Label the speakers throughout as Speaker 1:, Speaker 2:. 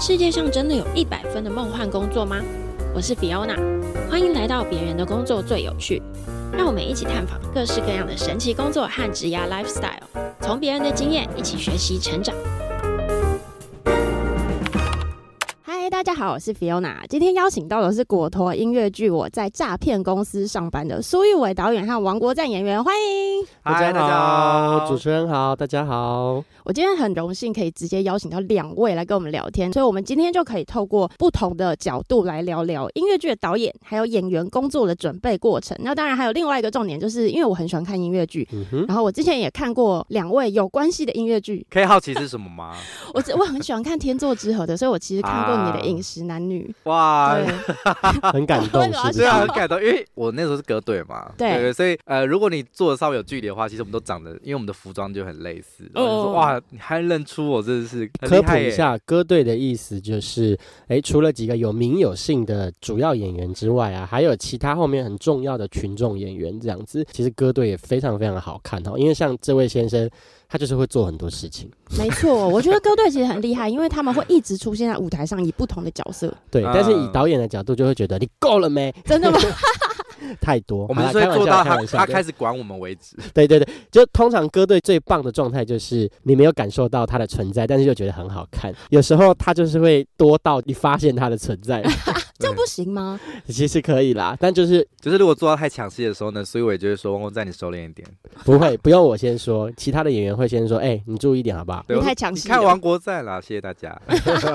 Speaker 1: 世界上真的有一百分的梦幻工作吗？我是 Fiona，欢迎来到《别人的工作最有趣》，让我们一起探访各式各样的神奇工作和职涯 lifestyle，从别人的经验一起学习成长。嗨，大家好，我是 Fiona，今天邀请到的是果陀音乐剧《我在诈骗公司上班》的苏玉伟导演和王国赞演员，欢迎！
Speaker 2: 嗨，大家好，
Speaker 3: 主持人好，大家好。
Speaker 1: 我今天很荣幸可以直接邀请到两位来跟我们聊天，所以我们今天就可以透过不同的角度来聊聊音乐剧的导演还有演员工作的准备过程。那当然还有另外一个重点，就是因为我很喜欢看音乐剧，
Speaker 3: 嗯 哼，
Speaker 1: 然后我之前也看过两位有关系的音乐剧，
Speaker 2: 可以好奇是什么吗？
Speaker 1: 我只我很喜欢看《天作之合》的，所以我其实看过你的《饮食男女
Speaker 2: 哇》，，
Speaker 1: 对，
Speaker 3: 很感 动，
Speaker 1: 为什么
Speaker 3: 是
Speaker 1: 要
Speaker 3: 不是？
Speaker 2: 虽啊然很感动，因为我那时候是歌队嘛，
Speaker 1: 对
Speaker 2: 所以呃，如果你做的稍微有距离的话，其实我们都长得，因为我们的服装就很类似。
Speaker 1: 哦
Speaker 2: 我就说哇，你还认出我，真的是很
Speaker 3: 科
Speaker 2: 厉
Speaker 3: 普
Speaker 2: 害
Speaker 3: 一
Speaker 2: 耶。
Speaker 3: 下，歌队的意思就是，哎，除了几个有名有姓的主要演员之外啊，还有其他后面很重要的群众演员这样子。其实歌队也非常非常好看哦，因为像这位先生，他就是会做很多事情。
Speaker 1: 没错，我觉得歌队其实很厉害，因为他们会一直出现在舞台上，以不同的角色，
Speaker 3: 对，
Speaker 2: 嗯
Speaker 3: 但是以导演的角度就会觉得你够了没？
Speaker 1: 真的吗？
Speaker 3: 太多，
Speaker 2: 我们
Speaker 3: 好
Speaker 2: 是
Speaker 3: 啦
Speaker 2: 会做到
Speaker 3: 开玩
Speaker 2: 他
Speaker 3: 笑开
Speaker 2: 他
Speaker 3: 玩笑
Speaker 2: 开始管我们为止。
Speaker 3: 对对对，就通常歌队最棒的状态就是你没有感受到它的存在，但是又觉得很好看。有时候它就是会多到你发现它的存 在，
Speaker 1: 这样不行吗？
Speaker 3: 其实可以啦，但就是
Speaker 2: 就是如果做到太强势的时候呢，所以我也就会说，汪汪在你收敛一点。
Speaker 3: 不会，不用我先说，其他的演员会先说，哎、你注意一点好不好？
Speaker 2: 对
Speaker 1: 你太
Speaker 2: 我
Speaker 1: 强势
Speaker 2: 你看
Speaker 1: 了
Speaker 2: 王国赞啦，谢谢大家。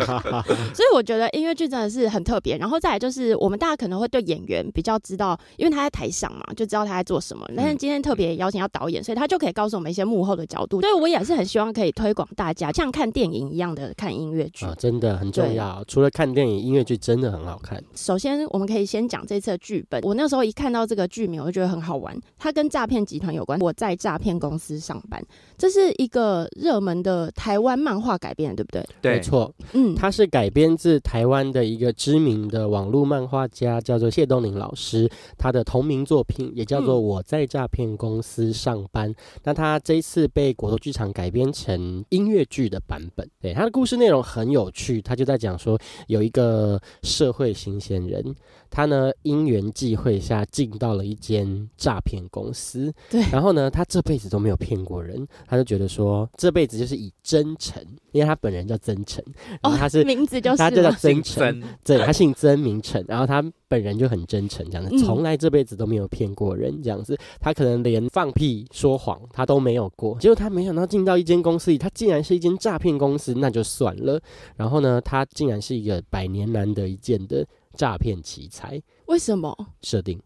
Speaker 1: 所以我觉得音乐剧真的是很特别。然后再来就是，我们大家可能会对演员比较知道，因为他在台上嘛，就知道他在做什么。但是今天特别邀请到导演，所以他就可以告诉我们一些幕后的角度。所以我也是很希望可以推广大家像看电影一样的看音乐剧。
Speaker 3: 啊，真的很重要。除了看电影，音乐剧真的很好看。
Speaker 1: 首先，我们可以先讲这次的剧本。我那时候一看到这个剧名，我就觉得很好玩。它跟诈骗集团有关。我在诈骗公司上班，这是一个热门的台湾漫画改编的，对不对？
Speaker 3: 没
Speaker 2: 对，
Speaker 3: 错，
Speaker 1: 嗯，
Speaker 3: 它是改编自台湾的一个知名的网络漫画家，叫做谢东林老师，他的同名作品也叫做《
Speaker 1: 嗯
Speaker 3: 我在诈骗公司上班》。那他这一次被果陀剧场改编成音乐剧的版本。对，他的故事内容很有趣，他就在讲说有一个社会新鲜人，他呢因缘际会下进到了一间诈骗公司，
Speaker 1: 对
Speaker 3: 然后呢，他这辈子都没有骗过人，他就觉得说这辈子就是以真诚，因为他本人叫曾诚，
Speaker 1: 哦
Speaker 3: 然后他是、
Speaker 1: 名字就是
Speaker 3: 他就叫
Speaker 1: 了
Speaker 3: 曾诚，
Speaker 2: 真
Speaker 3: 对，他姓曾名诚，然后他本人就很真诚，这样
Speaker 1: 嗯
Speaker 3: 子，从来这辈子都没有骗过人，这样子，他可能连放屁、说谎他都没有过。结果他没想到进到一间公司里，他竟然是一间诈骗公司，那就算了。然后呢，他竟然是一个百年难得一见的诈骗奇才
Speaker 1: 为什么？
Speaker 3: 设定。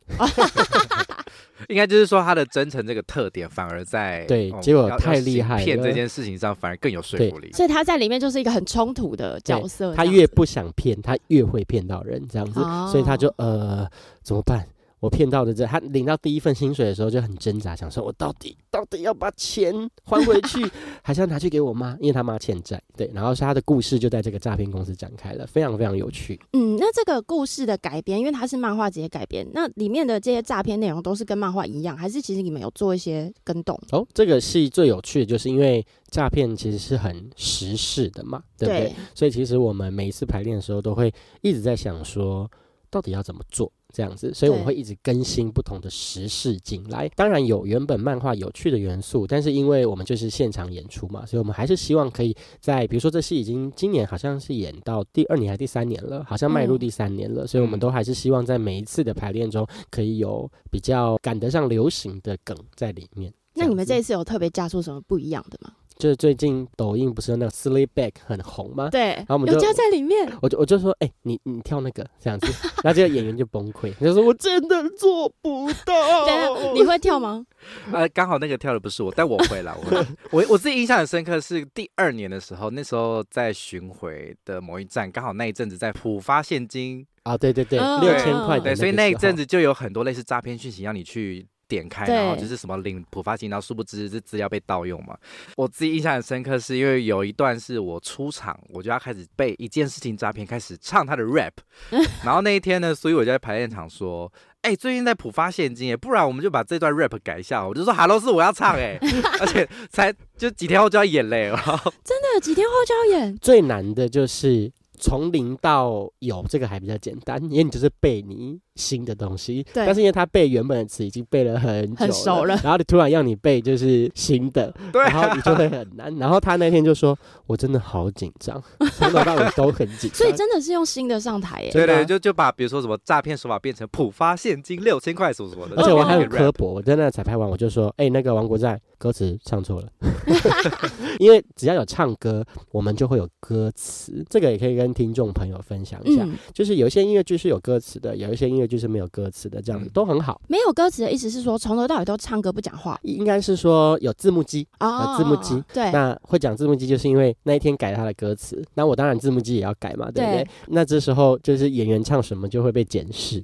Speaker 2: 应该就是说他的真诚这个特点，反而在
Speaker 3: 对
Speaker 2: 嗯
Speaker 3: 结果
Speaker 2: 要要
Speaker 3: 太
Speaker 2: 行
Speaker 3: 厉害了
Speaker 2: 骗这件事情上反而更有说
Speaker 3: 对
Speaker 2: 服力。
Speaker 1: 所以他在里面就是一个很冲突的角色，
Speaker 3: 他
Speaker 1: 这样
Speaker 3: 越
Speaker 1: 子
Speaker 3: 不想骗，他越会骗到人，这样子，
Speaker 1: 哦
Speaker 3: 所以他就呃怎么办？我骗到的这，他领到第一份薪水的时候就很挣扎，想说我到底到底要把钱还回 去，还是要拿去给我妈，因为他妈欠债。对，然后是他的故事就在这个诈骗公司展开了，非常非常有趣。
Speaker 1: 嗯，那这个故事的改编，因为它是漫画直接改编，那里面的这些诈骗内容都是跟漫画一样，还是其实你们有做一些跟动？
Speaker 3: 哦，这个戏最有趣的就是因为诈骗其实是很时事的嘛，对不对？所以其实我们每一次排练的时候，都会一直在想说，到底要怎么做这样子，所以我们
Speaker 1: 对
Speaker 3: 会一直更新不同的时事进来。当然有原本漫画有趣的元素，但是因为我们就是现场演出嘛，所以我们还是希望可以在，比如说这戏已经今年好像是演到第二年还是第三年了，好像迈入
Speaker 1: 嗯
Speaker 3: 第三年了，所以我们都还是希望在每一次的排练中，可以有比较赶得上流行的梗在里面。
Speaker 1: 那你们
Speaker 3: 这
Speaker 1: 这
Speaker 3: 样
Speaker 1: 一
Speaker 3: 子
Speaker 1: 次有特别加出什么不一样的吗？
Speaker 3: 就是最近抖音不是那个 Sleep Back 很红吗？
Speaker 1: 对，
Speaker 3: 后我们就
Speaker 1: 有加在里面，
Speaker 3: 我就我就说，哎、你你跳那个这样子， 然后这个演员就崩溃，他就说我真的做不 到。
Speaker 1: 等一啊下你会跳 吗？
Speaker 2: 呃，刚好那个跳的不是我，但我会啦，我 会我我自己印象很深刻是第二年的时候，那时候在巡回的某一站，刚好那一阵子在浦发现金，
Speaker 3: 啊，对对对，
Speaker 1: 嗯
Speaker 3: 六千块的
Speaker 2: 对，所以
Speaker 3: 那个
Speaker 2: 那一
Speaker 3: 时候
Speaker 2: 阵子就有很多类似诈骗讯息让你去。点开，然后
Speaker 1: 对
Speaker 2: 就是什么领浦发金，然后殊不知这资料被盗用嘛。我自己印象很深刻，是因为有一段是我出场，我就要开始被一件事情诈骗，开始唱他 的 rap，然后那一天呢，所以我就在排练场说：“哎、最近在普发现金耶，不然我们就把这段 rap 改一下。”我就说：“Hello，是我要 唱哎，而且才就几天后就要演嘞。”然后
Speaker 1: 真的，几天后就要演，
Speaker 3: 最难的就是从零到有这个还比较简单，因为你就是背你新的东西。
Speaker 1: 对
Speaker 3: 但是因为他背原本的词已经背了很久
Speaker 1: 很熟了
Speaker 3: 然后你突然要你背就是新的，
Speaker 2: 对
Speaker 3: 然后你就会很难。然后他那天就说：“我真的好紧张，从头到尾都很紧 张。”
Speaker 1: 所以真的是用新的上台耶。
Speaker 3: 真
Speaker 2: 对
Speaker 3: 的啊
Speaker 2: 对，就就把比如说什么诈骗手法变成普发现金六千块什么什么的，
Speaker 3: 而且我还
Speaker 2: 有
Speaker 3: 很刻
Speaker 1: 哦
Speaker 3: 薄，我在那彩排完我就说，哎、那个王国在歌词唱错了， 因为只要有唱歌，我们就会有歌词，这个也可以跟听众朋友分享一下。
Speaker 1: 嗯，
Speaker 3: 就是有一些音乐剧是有歌词的，有一些音乐剧是没有歌词的，这样子
Speaker 2: 嗯
Speaker 3: 都很好。
Speaker 1: 没有歌词的意思是说从头到尾都唱歌不讲话
Speaker 3: 应该是说有字幕机，
Speaker 1: 哦，
Speaker 3: 啊字幕机
Speaker 1: 对，
Speaker 3: 那会讲字幕机，就是因为那一天改了他的歌词，那我当然字幕机也要改嘛，对不对？
Speaker 1: 对
Speaker 3: 那这时候就是演员唱什么就会被检视，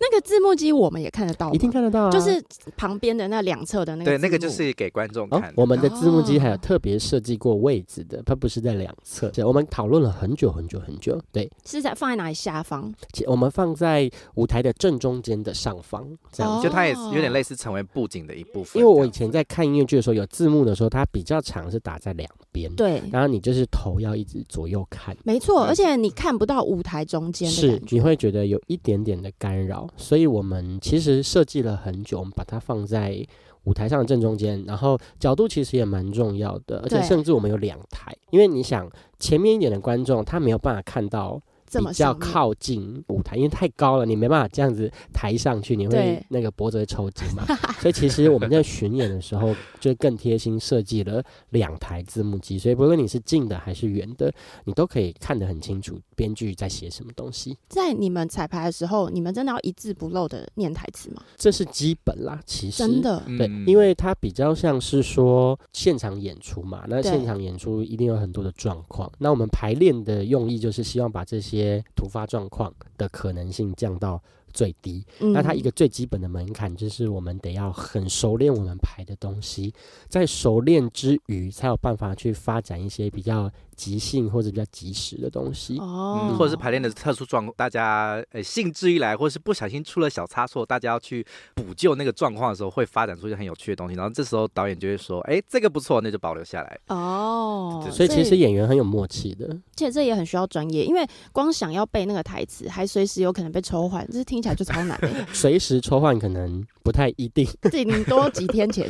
Speaker 1: 那个字幕机我们也看得到吗，
Speaker 3: 一定看得到啊，
Speaker 1: 哦就是旁边的那两侧的那个
Speaker 2: 对，那个
Speaker 1: 字
Speaker 2: 就
Speaker 1: 幕
Speaker 2: 是给观众
Speaker 3: 哦
Speaker 2: 看，的。
Speaker 3: 我们的字幕机还有
Speaker 1: 哦
Speaker 3: 特别设计过位置的，它不是在两侧。对我们讨论了很久很久很久。对，
Speaker 1: 是在放在哪里下方，
Speaker 3: 其我们放在舞台的正中间的上方，这样
Speaker 1: 哦
Speaker 3: 子。
Speaker 2: 就它也是有点类似成为布景的一部分。
Speaker 3: 因为我以
Speaker 2: 这样
Speaker 3: 前在看音乐剧的时候，有字幕的时候，它比较长是打在两边，，
Speaker 1: 对，
Speaker 3: 然后你就是头要一直左右看。
Speaker 1: 没错，
Speaker 2: 嗯
Speaker 1: 而且你看不到舞台中间的
Speaker 3: 是
Speaker 1: 感，觉，
Speaker 3: 你会觉得有一点点的干扰，所以我们其实设计了很久，我们把它放在舞台上的正中间，然后角度其实也蛮重要的，而且
Speaker 1: 对
Speaker 3: 甚至我们有两台，因为你想前面一点的观众他没有办法看到
Speaker 1: 这
Speaker 3: 比
Speaker 1: 么
Speaker 3: 较
Speaker 1: 上面
Speaker 3: 靠近舞台，因为太高了，你没办法这样子抬上去，你会
Speaker 1: 对
Speaker 3: 那个脖子会抽筋 嘛。所以其实我们在巡演的时候，就更贴心设计了两台字幕机，所以不论你是近的还是远的，你都可以看得很清楚编剧在写什么东西。
Speaker 1: 在你们彩排的时候，你们真的要一字不漏的念台词吗？
Speaker 3: 这是基本啦，其实
Speaker 1: 真。的，
Speaker 2: 嗯
Speaker 3: 对，因为它比较像是说现场演出嘛，那
Speaker 1: 对
Speaker 3: 现场演出一定有很多的状况。那我们排练的用意就是希望把这些突发状况的可能性降到最低。
Speaker 1: 嗯
Speaker 3: 那它一个最基本的门槛就是我们得要很熟练我们排的东西，在熟练之余，才有办法去发展一些比较即兴或者比较及时的东西。
Speaker 1: 哦
Speaker 2: 嗯，或者是排练的特殊状况，大家呃兴致一来，或是不小心出了小差错，大家要去补救那个状况的时候，会发展出一些很有趣的东西。然后这时候导演就会说：“哎，这个不错，那就保留下来。
Speaker 1: 哦，
Speaker 2: 对
Speaker 3: 所以其实演员很有默契的，
Speaker 1: 而且这也很需要专业，因为光想要背那个台词，还随时有可能被抽换，这听起来就超 难的。
Speaker 3: 随时抽换可能不太一定。
Speaker 1: 顶多几天前，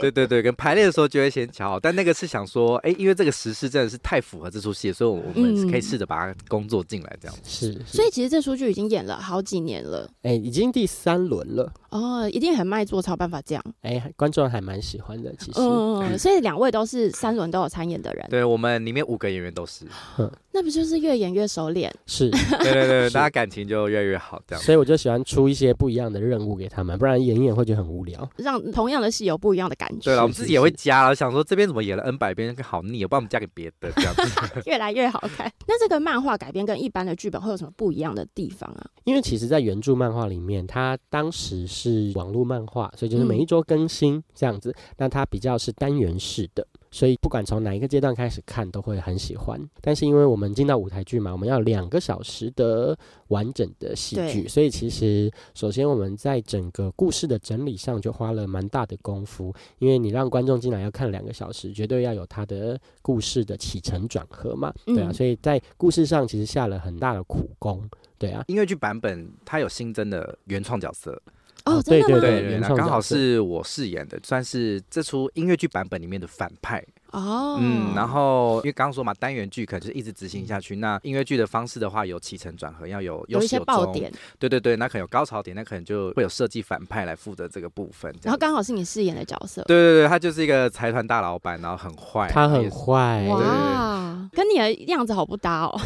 Speaker 2: 对对对，跟排练的时候就会先瞧好，但那个是想说，哎，因为这个时事真的是太符合这出戏，所以我我们是可以
Speaker 1: 嗯
Speaker 2: 试着把它工作进来这样。
Speaker 3: 是，
Speaker 1: 所以其实这出剧已经演了好几年了。
Speaker 3: 哎、已经第三轮了，
Speaker 1: 哦，一定很卖座，才有办法这样。
Speaker 3: 哎、观众还蛮喜欢的。其实、
Speaker 1: 嗯，所以两位都是三轮都有参演的人，
Speaker 2: 对我们里面五个演员都是，
Speaker 1: 那不就是越演越熟练？
Speaker 3: 是，
Speaker 2: 对对对，
Speaker 3: 是
Speaker 2: 大家感情就越来越 好这样。
Speaker 3: 所以我就喜欢出一些不一样的任务给他们，不然演一演会觉得很无聊。
Speaker 1: 让同样的戏有不一样的感觉，
Speaker 2: 对了，我
Speaker 3: 是
Speaker 2: 们自
Speaker 3: 是
Speaker 2: 己也会
Speaker 3: 是
Speaker 2: 加了，想说这边怎么演了 N 百遍，好腻，不然我们加给别的这样子。
Speaker 1: 越来越好看。那这个漫画改编跟一般的剧本会有什么不一样的地方啊？
Speaker 3: 因为其实，在原著漫画里面，它当时是网络漫画，所以就是
Speaker 1: 嗯
Speaker 3: 每一周更新这样子。那它比较是单元式的，所以不管从哪一个阶段开始看，都会很喜欢。但是因为我们进到舞台剧嘛，我们要两个小时的完整的戏剧，
Speaker 1: 对
Speaker 3: 所以其实首先我们在整个故事的整理上就花了蛮大的功夫，因为你让观众进来要看两个小时，绝对要有它的故事的起承转合嘛，对啊，
Speaker 1: 嗯
Speaker 3: 所以在故事上其实下了很大的苦功，对啊。
Speaker 2: 音乐剧版本它有新增的原创角色，
Speaker 1: 哦，
Speaker 3: 哦
Speaker 1: 真的吗？
Speaker 3: 对
Speaker 2: 对
Speaker 3: 原
Speaker 2: 对，那
Speaker 3: 创
Speaker 2: 刚
Speaker 3: 角
Speaker 2: 好
Speaker 3: 色
Speaker 2: 是我饰演的，算是这出音乐剧版本里面的反派。
Speaker 1: 哦，
Speaker 2: 嗯，然后因为刚刚说嘛，单元剧可能就是一直执行下去。那音乐剧的方式的话，有起承转合，要有
Speaker 1: 有一
Speaker 2: 始
Speaker 1: 些
Speaker 2: 有
Speaker 1: 爆
Speaker 2: 终。
Speaker 1: 点，
Speaker 2: 对对对，那可能有高潮点，那可能就会有设计反派来负责这个部分。
Speaker 1: 然
Speaker 2: 这样
Speaker 1: 后刚好是你饰演的角色，
Speaker 2: 对对对，他就是一个财团大老板，然后很坏，
Speaker 3: 他
Speaker 2: 也
Speaker 3: 很
Speaker 2: 是
Speaker 3: 坏，
Speaker 1: 哇，跟你的样子好不搭哦。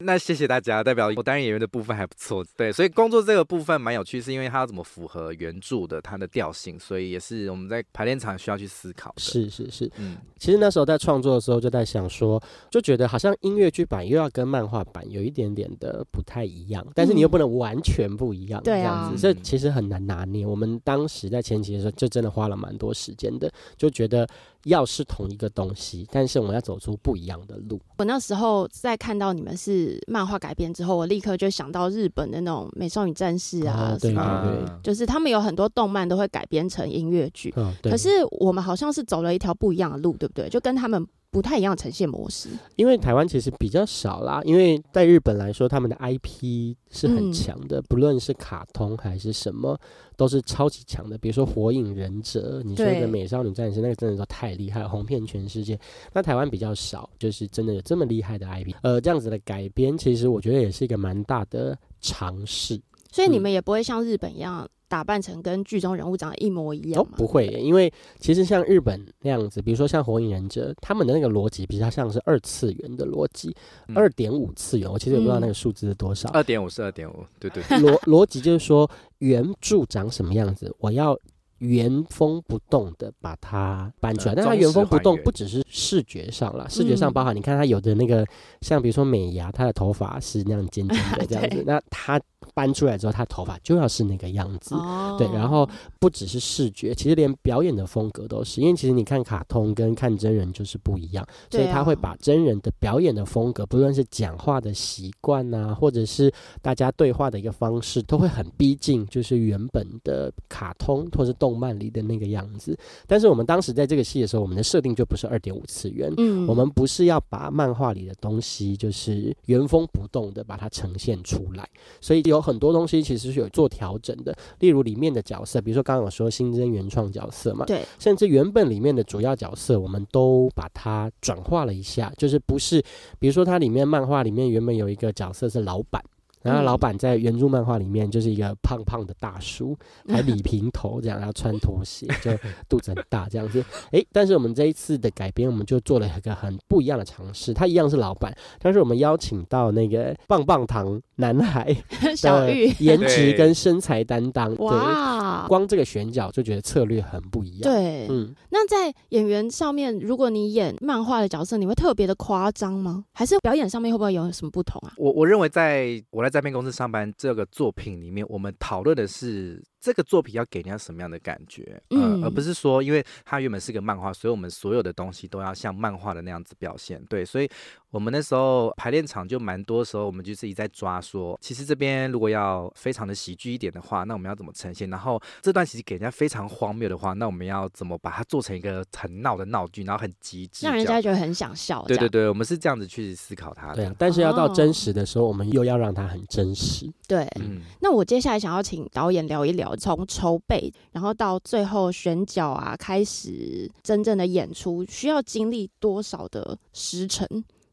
Speaker 2: 那谢谢大家，代表我担任演员的部分还不错。对，所以工作这个部分蛮有趣，是因为它要怎么符合原著的它的调性，所以也是我们在排练场需要去思考的。，
Speaker 3: 是是是，
Speaker 2: 嗯，
Speaker 3: 其实那时候在创作的时候就在想说，就觉得好像音乐剧版又要跟漫画版有一点点的不太一样，但是你又不能完全不一样，
Speaker 1: 嗯对啊
Speaker 3: 这样子，所
Speaker 2: 嗯
Speaker 3: 以其实很难拿捏。我们当时在前期的时候就真的花了蛮多时间的，就觉得要是同一个东西，但是我们要走出不一样的路。
Speaker 1: 我那时候在看到你们是漫画改编之后，我立刻就想到日本的那种美少女战士啊
Speaker 3: 哦，
Speaker 1: 什
Speaker 3: 对
Speaker 1: 么
Speaker 3: 啊
Speaker 1: 的，就是他们有很多动漫都会改编成音乐剧，
Speaker 3: 嗯，对。
Speaker 1: 可是我们好像是走了一条不一样的路，对不对？就跟他们不太一样的呈现模式。
Speaker 3: 因为台湾其实比较少啦，因为在日本来说，他们的 IP 是很
Speaker 1: 嗯
Speaker 3: 强的，不论是卡通还是什么，都是超级强的。比如说《火影忍者》，你说的
Speaker 1: 对
Speaker 3: 《美少女战士》，那个真的都太厉害了，红遍全世界。那台湾比较少，就是真的有这么厉害的 IP。呃，这样子的改编，其实我觉得也是一个蛮大的尝试。
Speaker 1: 所以你
Speaker 3: 嗯
Speaker 1: 们也不会像日本一样打扮成跟剧中人物长得一模一样
Speaker 3: 哦
Speaker 1: 吗？，
Speaker 3: 不会耶，因为其实像日本那样子，比如说像《火影忍者》，他们的那个逻辑比较像是二次元的逻辑，
Speaker 2: 嗯
Speaker 3: 二点五次元，我其实也不知道
Speaker 1: 嗯
Speaker 3: 那个数字是多少。
Speaker 2: 二点五是二点五，对对对
Speaker 3: 逻逻辑就是说，原著长什么样子，我要原封不动的把它搬出来。
Speaker 2: 呃
Speaker 3: 但它
Speaker 2: 忠
Speaker 3: 原封
Speaker 2: 实
Speaker 3: 不
Speaker 2: 还
Speaker 3: 动，
Speaker 2: 原
Speaker 3: 不只是视觉上啦，视觉上
Speaker 1: 嗯
Speaker 3: 包含你看它有的那个，像比如说美伢，她的头发是那样尖尖 的这样子
Speaker 1: 对，
Speaker 3: 那她搬出来之后，她头发就要是那个样子。
Speaker 1: 哦
Speaker 3: 对然后不只是视觉，其实连表演的风格都是，因为其实你看卡通跟看真人就是不一样，所以
Speaker 1: 对
Speaker 3: 他
Speaker 1: 啊
Speaker 3: 会把真人的表演的风格，不论是讲话的习惯呐，或者是大家对话的一个方式，都会很逼近就是原本的卡通或是动漫里的那个样子。但是我们当时在这个戏的时候，我们的设定就不是二点五次元。
Speaker 1: 嗯
Speaker 3: 我们不是要把漫画里的东西，就是原封不动的把它呈现出来，所以有很多东西其实是有做调整的。例如里面的角色，比如说刚刚有说新增原创角色嘛，
Speaker 1: 对
Speaker 3: 甚至原本里面的主要角色，我们都把它转化了一下，就是不是，比如说它里面漫画里面原本有一个角色是老板。然后
Speaker 1: 嗯
Speaker 3: 老板在原著漫画里面就是一个胖胖的 大叔，还理平头这样，然后穿拖鞋，就肚子很大这样子。诶，但是我们这一次的改编，我们就做了一个很不一样的尝试。他一样是老板，但是我们邀请到那个棒棒糖男孩
Speaker 1: 小
Speaker 3: 的
Speaker 1: 玉，
Speaker 3: 颜值
Speaker 2: 对
Speaker 3: 跟身材担当，对，
Speaker 1: 哇，
Speaker 3: 光这个选角就觉得策略很不一样。
Speaker 1: 对，
Speaker 3: 嗯，
Speaker 1: 那在演员上面，如果你演漫画的角色，你会特别的夸张吗？还是表演上面会不会有什么不同啊？
Speaker 2: 我我认为在我在诈骗公司上班这个作品里面，我们讨论的是这个作品要给人家什么样的感觉，
Speaker 1: 嗯
Speaker 2: 呃，而不是说因为它原本是个漫画，所以我们所有的东西都要像漫画的那样子表现。对，所以我们那时候排练场就蛮多时候，我们就自己在抓说，其实这边如果要非常的喜剧一点的话，那我们要怎么呈现？然后这段其实给人家非常荒谬的话，那我们要怎么把它做成一个很闹的闹剧，然后很极致这
Speaker 1: 让
Speaker 2: 样，
Speaker 1: 人家觉得很想笑，
Speaker 2: 对
Speaker 1: 这
Speaker 2: 对
Speaker 1: 样
Speaker 2: 对，我们是这样子去思考它的。
Speaker 3: 对啊，但是要到真
Speaker 1: 哦
Speaker 3: 实的时候，我们又要让它很真实。
Speaker 1: 对。
Speaker 2: 嗯。
Speaker 1: 那我接下来想要请导演聊一聊，从筹备，然后到最后选角啊，开始真正的演出，需要经历多少的时辰？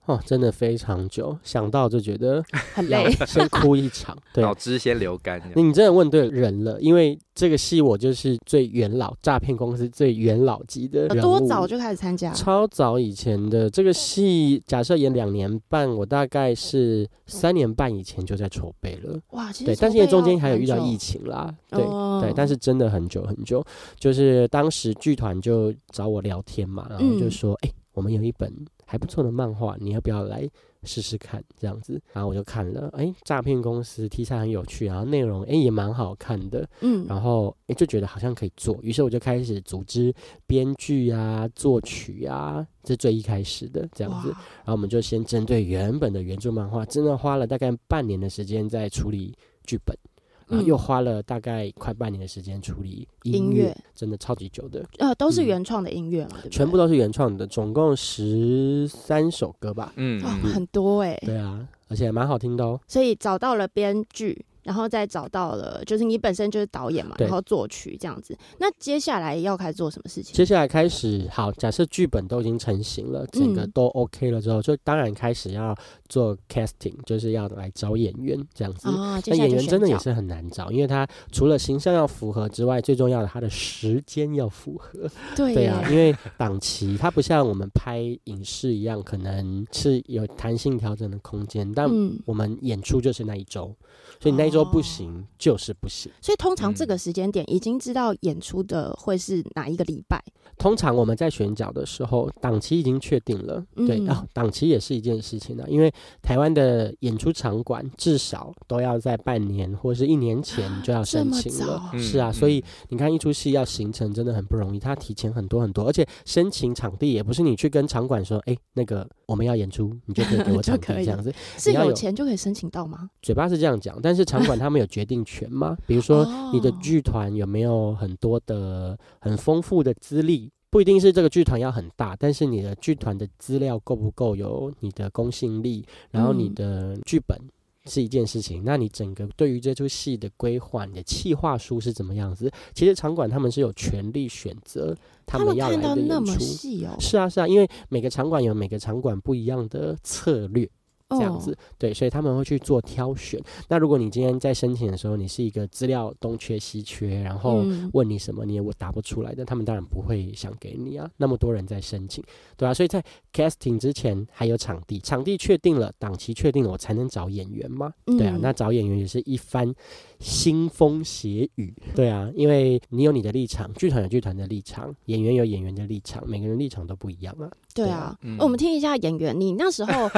Speaker 3: 哦，真的非常久，想到就 觉得
Speaker 1: 很
Speaker 3: 要
Speaker 1: 累。
Speaker 3: 先哭一场。对，
Speaker 2: 脑汁先流干这样。
Speaker 3: 你真的问对人了，因为这个戏我就是最元老诈骗公司最元老级的人
Speaker 1: 呃多
Speaker 3: 物
Speaker 1: 早就开始参加？
Speaker 3: 超早以前的这个戏，假设演两年半，我大概是三年半以前就在筹备了。
Speaker 1: 哇，其实
Speaker 3: 对，但是因为中间还有遇到疫
Speaker 1: 疫情，
Speaker 3: 情啦，对，
Speaker 1: 哦
Speaker 3: 对，但是真的很久很久，就是当时剧团就找我聊天嘛，然后就
Speaker 1: 嗯
Speaker 3: 说，哎、我们有一本还不错的漫画，你要不要来试试看？这样子，然后我就看了，哎、诈骗公司题材很有趣，然后内容哎、也蛮好看的，
Speaker 1: 嗯，
Speaker 3: 然后哎、就觉得好像可以做，于是我就开始组织编剧啊、作曲啊，这最一开始的这样子，
Speaker 1: 哇
Speaker 3: 然后我们就先针对原本的原著漫画，真的花了大概半年的时间在处理剧本，然后
Speaker 1: 嗯
Speaker 3: 又花了大概快半年的时间处理音
Speaker 1: 音
Speaker 3: 乐，
Speaker 1: 乐
Speaker 3: 真的超级久的，
Speaker 1: 呃都是
Speaker 3: 嗯
Speaker 1: 原创的音乐嘛，对不对
Speaker 3: 全部都是原创的，总共十三首歌吧。
Speaker 2: 嗯，
Speaker 1: 哇
Speaker 2: 嗯
Speaker 1: 很多哎，
Speaker 3: 对啊，而且蛮好听的哦。
Speaker 1: 所以找到了编剧，然后再找到了就是你本身就是导演嘛，
Speaker 3: 对
Speaker 1: 然后作曲这样子。那接下来要开始做什么事情？
Speaker 3: 接下来开始，好，假设剧本都已经成型了，整个
Speaker 1: 嗯
Speaker 3: 都 OK 了之后，就当然开始要做 casting，就是要来找演员这样子。
Speaker 1: 啊，接
Speaker 3: 那
Speaker 1: 下来
Speaker 3: 演
Speaker 1: 就
Speaker 3: 员
Speaker 1: 选
Speaker 3: 真的也
Speaker 1: 角
Speaker 3: 是很难找，因为他除了形象要符合之外，最重要的他的时间要符合。
Speaker 1: 对
Speaker 3: 对
Speaker 1: 耶
Speaker 3: 啊，因为档期它不像我们拍影视一样，可能是有弹性调整的空间，但
Speaker 1: 嗯，
Speaker 3: 我们演出就是那一周，所以你那一周不
Speaker 1: 哦
Speaker 3: 行、就是不行。
Speaker 1: 所以通常这
Speaker 2: 嗯
Speaker 1: 个时间点已经知道演出的会是哪一个礼拜，
Speaker 3: 通常我们在选角的时候，档期已经确定了，对，
Speaker 1: 嗯
Speaker 3: 然后档期也是一件事情啊，因为台湾的演出场馆至少都要在半年或是一年前就要
Speaker 1: 啊这
Speaker 3: 申
Speaker 1: 么
Speaker 3: 请了。
Speaker 1: 早，
Speaker 3: 是
Speaker 2: 嗯
Speaker 3: 啊，所以你看一出戏要形成真的很不容易，它提前很多很多，而且申请场地也不是你去跟场馆说，哎、那个我们要演出，你就可以给 我
Speaker 1: 就
Speaker 3: 场地
Speaker 1: 可以
Speaker 3: 这样子。
Speaker 1: 是
Speaker 3: 你要
Speaker 1: 有
Speaker 3: 有
Speaker 1: 钱就可以申请到吗？
Speaker 3: 嘴巴是这样讲，但是场馆他们有决定权吗？比如说你的
Speaker 1: 哦
Speaker 3: 剧团有没有很多的很丰富的资历？不一定是这个剧团要很大，但是你的剧团的资料够不够有你的公信力，然后你
Speaker 1: 嗯
Speaker 3: 的剧本是一件事情，那你整个对于这出戏的规划，你的企划书是怎么样子？其实场馆他们是有权利选择他
Speaker 1: 们
Speaker 3: 们要来
Speaker 1: 看到
Speaker 3: 的
Speaker 1: 那
Speaker 3: 演
Speaker 1: 么
Speaker 3: 出。
Speaker 1: 细哦，
Speaker 3: 是啊，是啊，因为每个场馆有每个场馆不一样的策略，这样子
Speaker 1: 哦，，
Speaker 3: 对，所以他们会去做挑选。那如果你今天在申请的时候，你是一个资料东缺西缺，然后
Speaker 1: 嗯
Speaker 3: 问你什么，你也我答不出来的，他们当然不会想给你啊。那么多人在申请，对啊，所以在 casting 之前还有场地，场地确定了，档期确定了，我才能找演员嘛。对啊
Speaker 1: 嗯，
Speaker 3: 那找演员也是一番腥风血雨。对啊，因为你有你的立场，剧团有剧团的立场，演员有演员的立场，每个人立场都不一样啊。
Speaker 1: 对
Speaker 3: 对
Speaker 1: 啊
Speaker 3: 啊。
Speaker 2: 嗯
Speaker 1: 我们听一下演员，你那时 候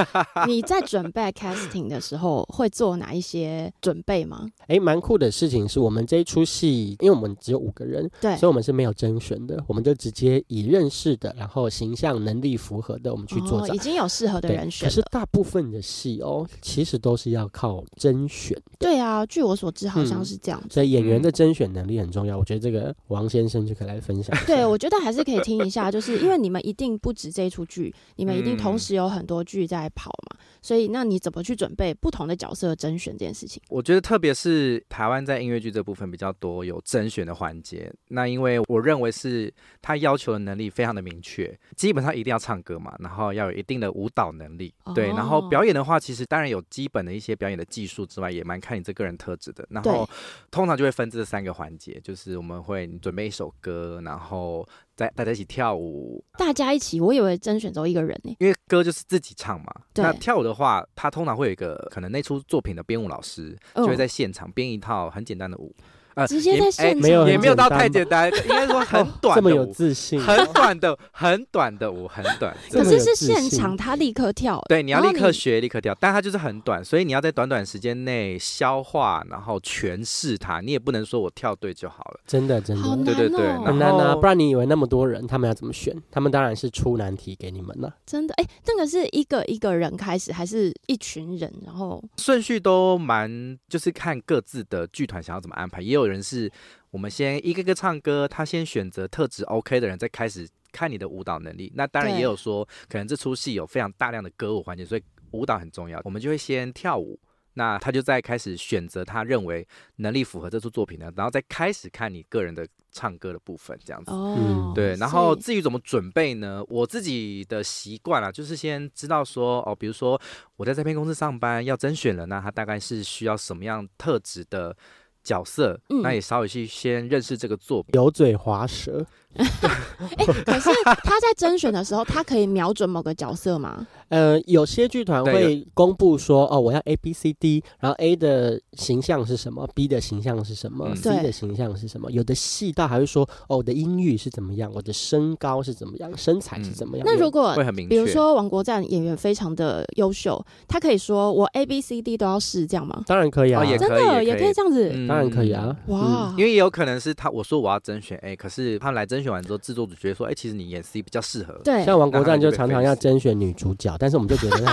Speaker 1: 你在准备 casting 的时候会做哪一些准备吗？
Speaker 3: 诶，蛮酷的事情是我们这一出戏，因为我们只有五个人，
Speaker 1: 对
Speaker 3: 所以，我们是没有甄选的，我们就直接以认识的，然后形象能力符合的，我们去做
Speaker 1: 哦
Speaker 3: 找。
Speaker 1: 已经有适合的
Speaker 3: 对
Speaker 1: 人选
Speaker 3: 可是
Speaker 1: 了。
Speaker 3: 大部分的戏哦，其实都是要靠甄选，
Speaker 1: 对啊，据我所知好像
Speaker 3: 嗯
Speaker 1: 是这样 子。
Speaker 3: 所以演员
Speaker 2: 嗯
Speaker 3: 的甄选能力很重要。我觉得这个王先生就可以来分 享一下。
Speaker 1: 对，我觉得还是可以听一下，就是因为你们一定不止这一出剧，你们一定同
Speaker 2: 嗯
Speaker 1: 时有很多剧在跑嘛，所以那你怎么去准备不同的角色甄选这件事情？
Speaker 2: 我觉得特别是台湾在音乐剧这部分比较多有甄选的环节，那因为我认为是他要求的能力非常的明确，基本上一定要唱歌嘛，然后要有一定的舞蹈能力，对，
Speaker 1: 哦
Speaker 2: 然后表演的话，其实当然有基本的一些表演的技术之外，也蛮看你这个人特质的。然后通常就会分这三个环节，就是我们会你准备一首歌，然后再大家一起跳舞，
Speaker 1: 大家一起，我以为甄选只有一个人呢、
Speaker 2: 因为歌就是自己唱嘛。
Speaker 1: 对
Speaker 2: 那跳舞的话，它通常会有一个可能那出作品的编舞老师
Speaker 1: 嗯
Speaker 2: 就会在现场编一套很简单的舞，呃
Speaker 1: 直接
Speaker 2: 也
Speaker 1: 在
Speaker 2: 哎
Speaker 1: 现
Speaker 3: 没
Speaker 1: 场
Speaker 3: 有哦很
Speaker 2: 也没有到太
Speaker 3: 简哦
Speaker 2: 简单，应该说很
Speaker 3: 这
Speaker 2: 短
Speaker 3: 么
Speaker 2: 的
Speaker 3: 有
Speaker 2: 舞，
Speaker 3: 自信哦，
Speaker 2: 很短的很短的舞，很短。
Speaker 3: 这
Speaker 1: 可
Speaker 3: 么
Speaker 1: 是
Speaker 3: 有
Speaker 1: 是
Speaker 3: 自
Speaker 1: 现
Speaker 3: 信
Speaker 1: 场他立刻跳，欸
Speaker 2: 对，你要
Speaker 1: 然后
Speaker 2: 立刻学，立刻跳，但它就是很短，所以你要在短短时间内消化，然后诠释它。你也不能说我跳对就好了。
Speaker 3: 真的真
Speaker 1: 好
Speaker 3: 的。
Speaker 1: 难
Speaker 2: 对对对
Speaker 1: 哦
Speaker 3: 很
Speaker 2: 然
Speaker 3: 难啊，
Speaker 2: 后
Speaker 3: 不然你以为那么多人，他们要怎么选？他们当然是出难题给你们了、
Speaker 1: 真的哎、那个是一个一个人开始，还是一群人？然后
Speaker 2: 顺序都蛮，就是看各自的剧团想要怎么安排。也有人是我们先一个个唱歌，他先选择特质 OK 的人，再开始看你的舞蹈能力。那当然
Speaker 1: 对
Speaker 2: 也有说，可能这出戏有非常大量的歌舞环节，所以舞蹈很重要，我们就会先跳舞。那他就再开始选择他认为能力符合这出作品的，然后再开始看你个人的唱歌的部分，这样子。
Speaker 1: 哦，
Speaker 3: 嗯
Speaker 2: 对，然后
Speaker 1: 所以
Speaker 2: 至于怎么准备呢？我自己的习惯啊，就是先知道说，哦，比如说我在这边公司上班要甄选了，啊那他大概是需要什么样特质的角色？
Speaker 1: 嗯
Speaker 2: 那也稍微去先认识这个作品。
Speaker 3: 油嘴滑舌，
Speaker 1: 哎、可是他在甄选的时候，他可以瞄准某个角色吗？
Speaker 3: 呃，有些剧团
Speaker 2: 对
Speaker 3: 会公布说，哦，我要 A B C D，然后 A 的形象是什么，B 的形象是什么、
Speaker 2: 嗯
Speaker 3: c
Speaker 1: 对
Speaker 3: 的形象是什么。有的戏到还会说，哦，我的音域是怎么样，我的身高是怎么样，身材是怎么样。
Speaker 1: 那如果
Speaker 2: 会很明确，
Speaker 1: 比如说王国战演员非常的优秀，他可以说我 A B C D 都要试这样吗？
Speaker 3: 当然可以啊，
Speaker 2: 哦也
Speaker 1: 真
Speaker 2: 可以
Speaker 1: 的
Speaker 2: 也
Speaker 1: 也
Speaker 2: 可
Speaker 1: 可以
Speaker 2: 以
Speaker 1: 这样子，
Speaker 2: 嗯
Speaker 3: 当然可以啊。
Speaker 1: 哇！
Speaker 2: 因为也有可能是他我说我要甄选哎 A，可是他们来甄选完之后，制作组觉得说，哎，其实你演 C 比较适合。
Speaker 1: 对，
Speaker 3: 嗯像王国
Speaker 2: 那他
Speaker 3: 战
Speaker 2: 们就
Speaker 3: 就
Speaker 2: 被
Speaker 3: 常常要
Speaker 2: face
Speaker 3: 甄选女主角，但是我们就觉得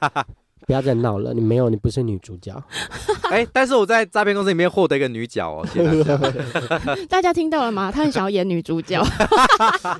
Speaker 3: 哎 不要再闹了，你没有，你不是女主角。
Speaker 2: 哎，但是我在诈骗公司里面获得一个女角哦，天 哪
Speaker 1: 大家听到了吗？他很想要演女主 角，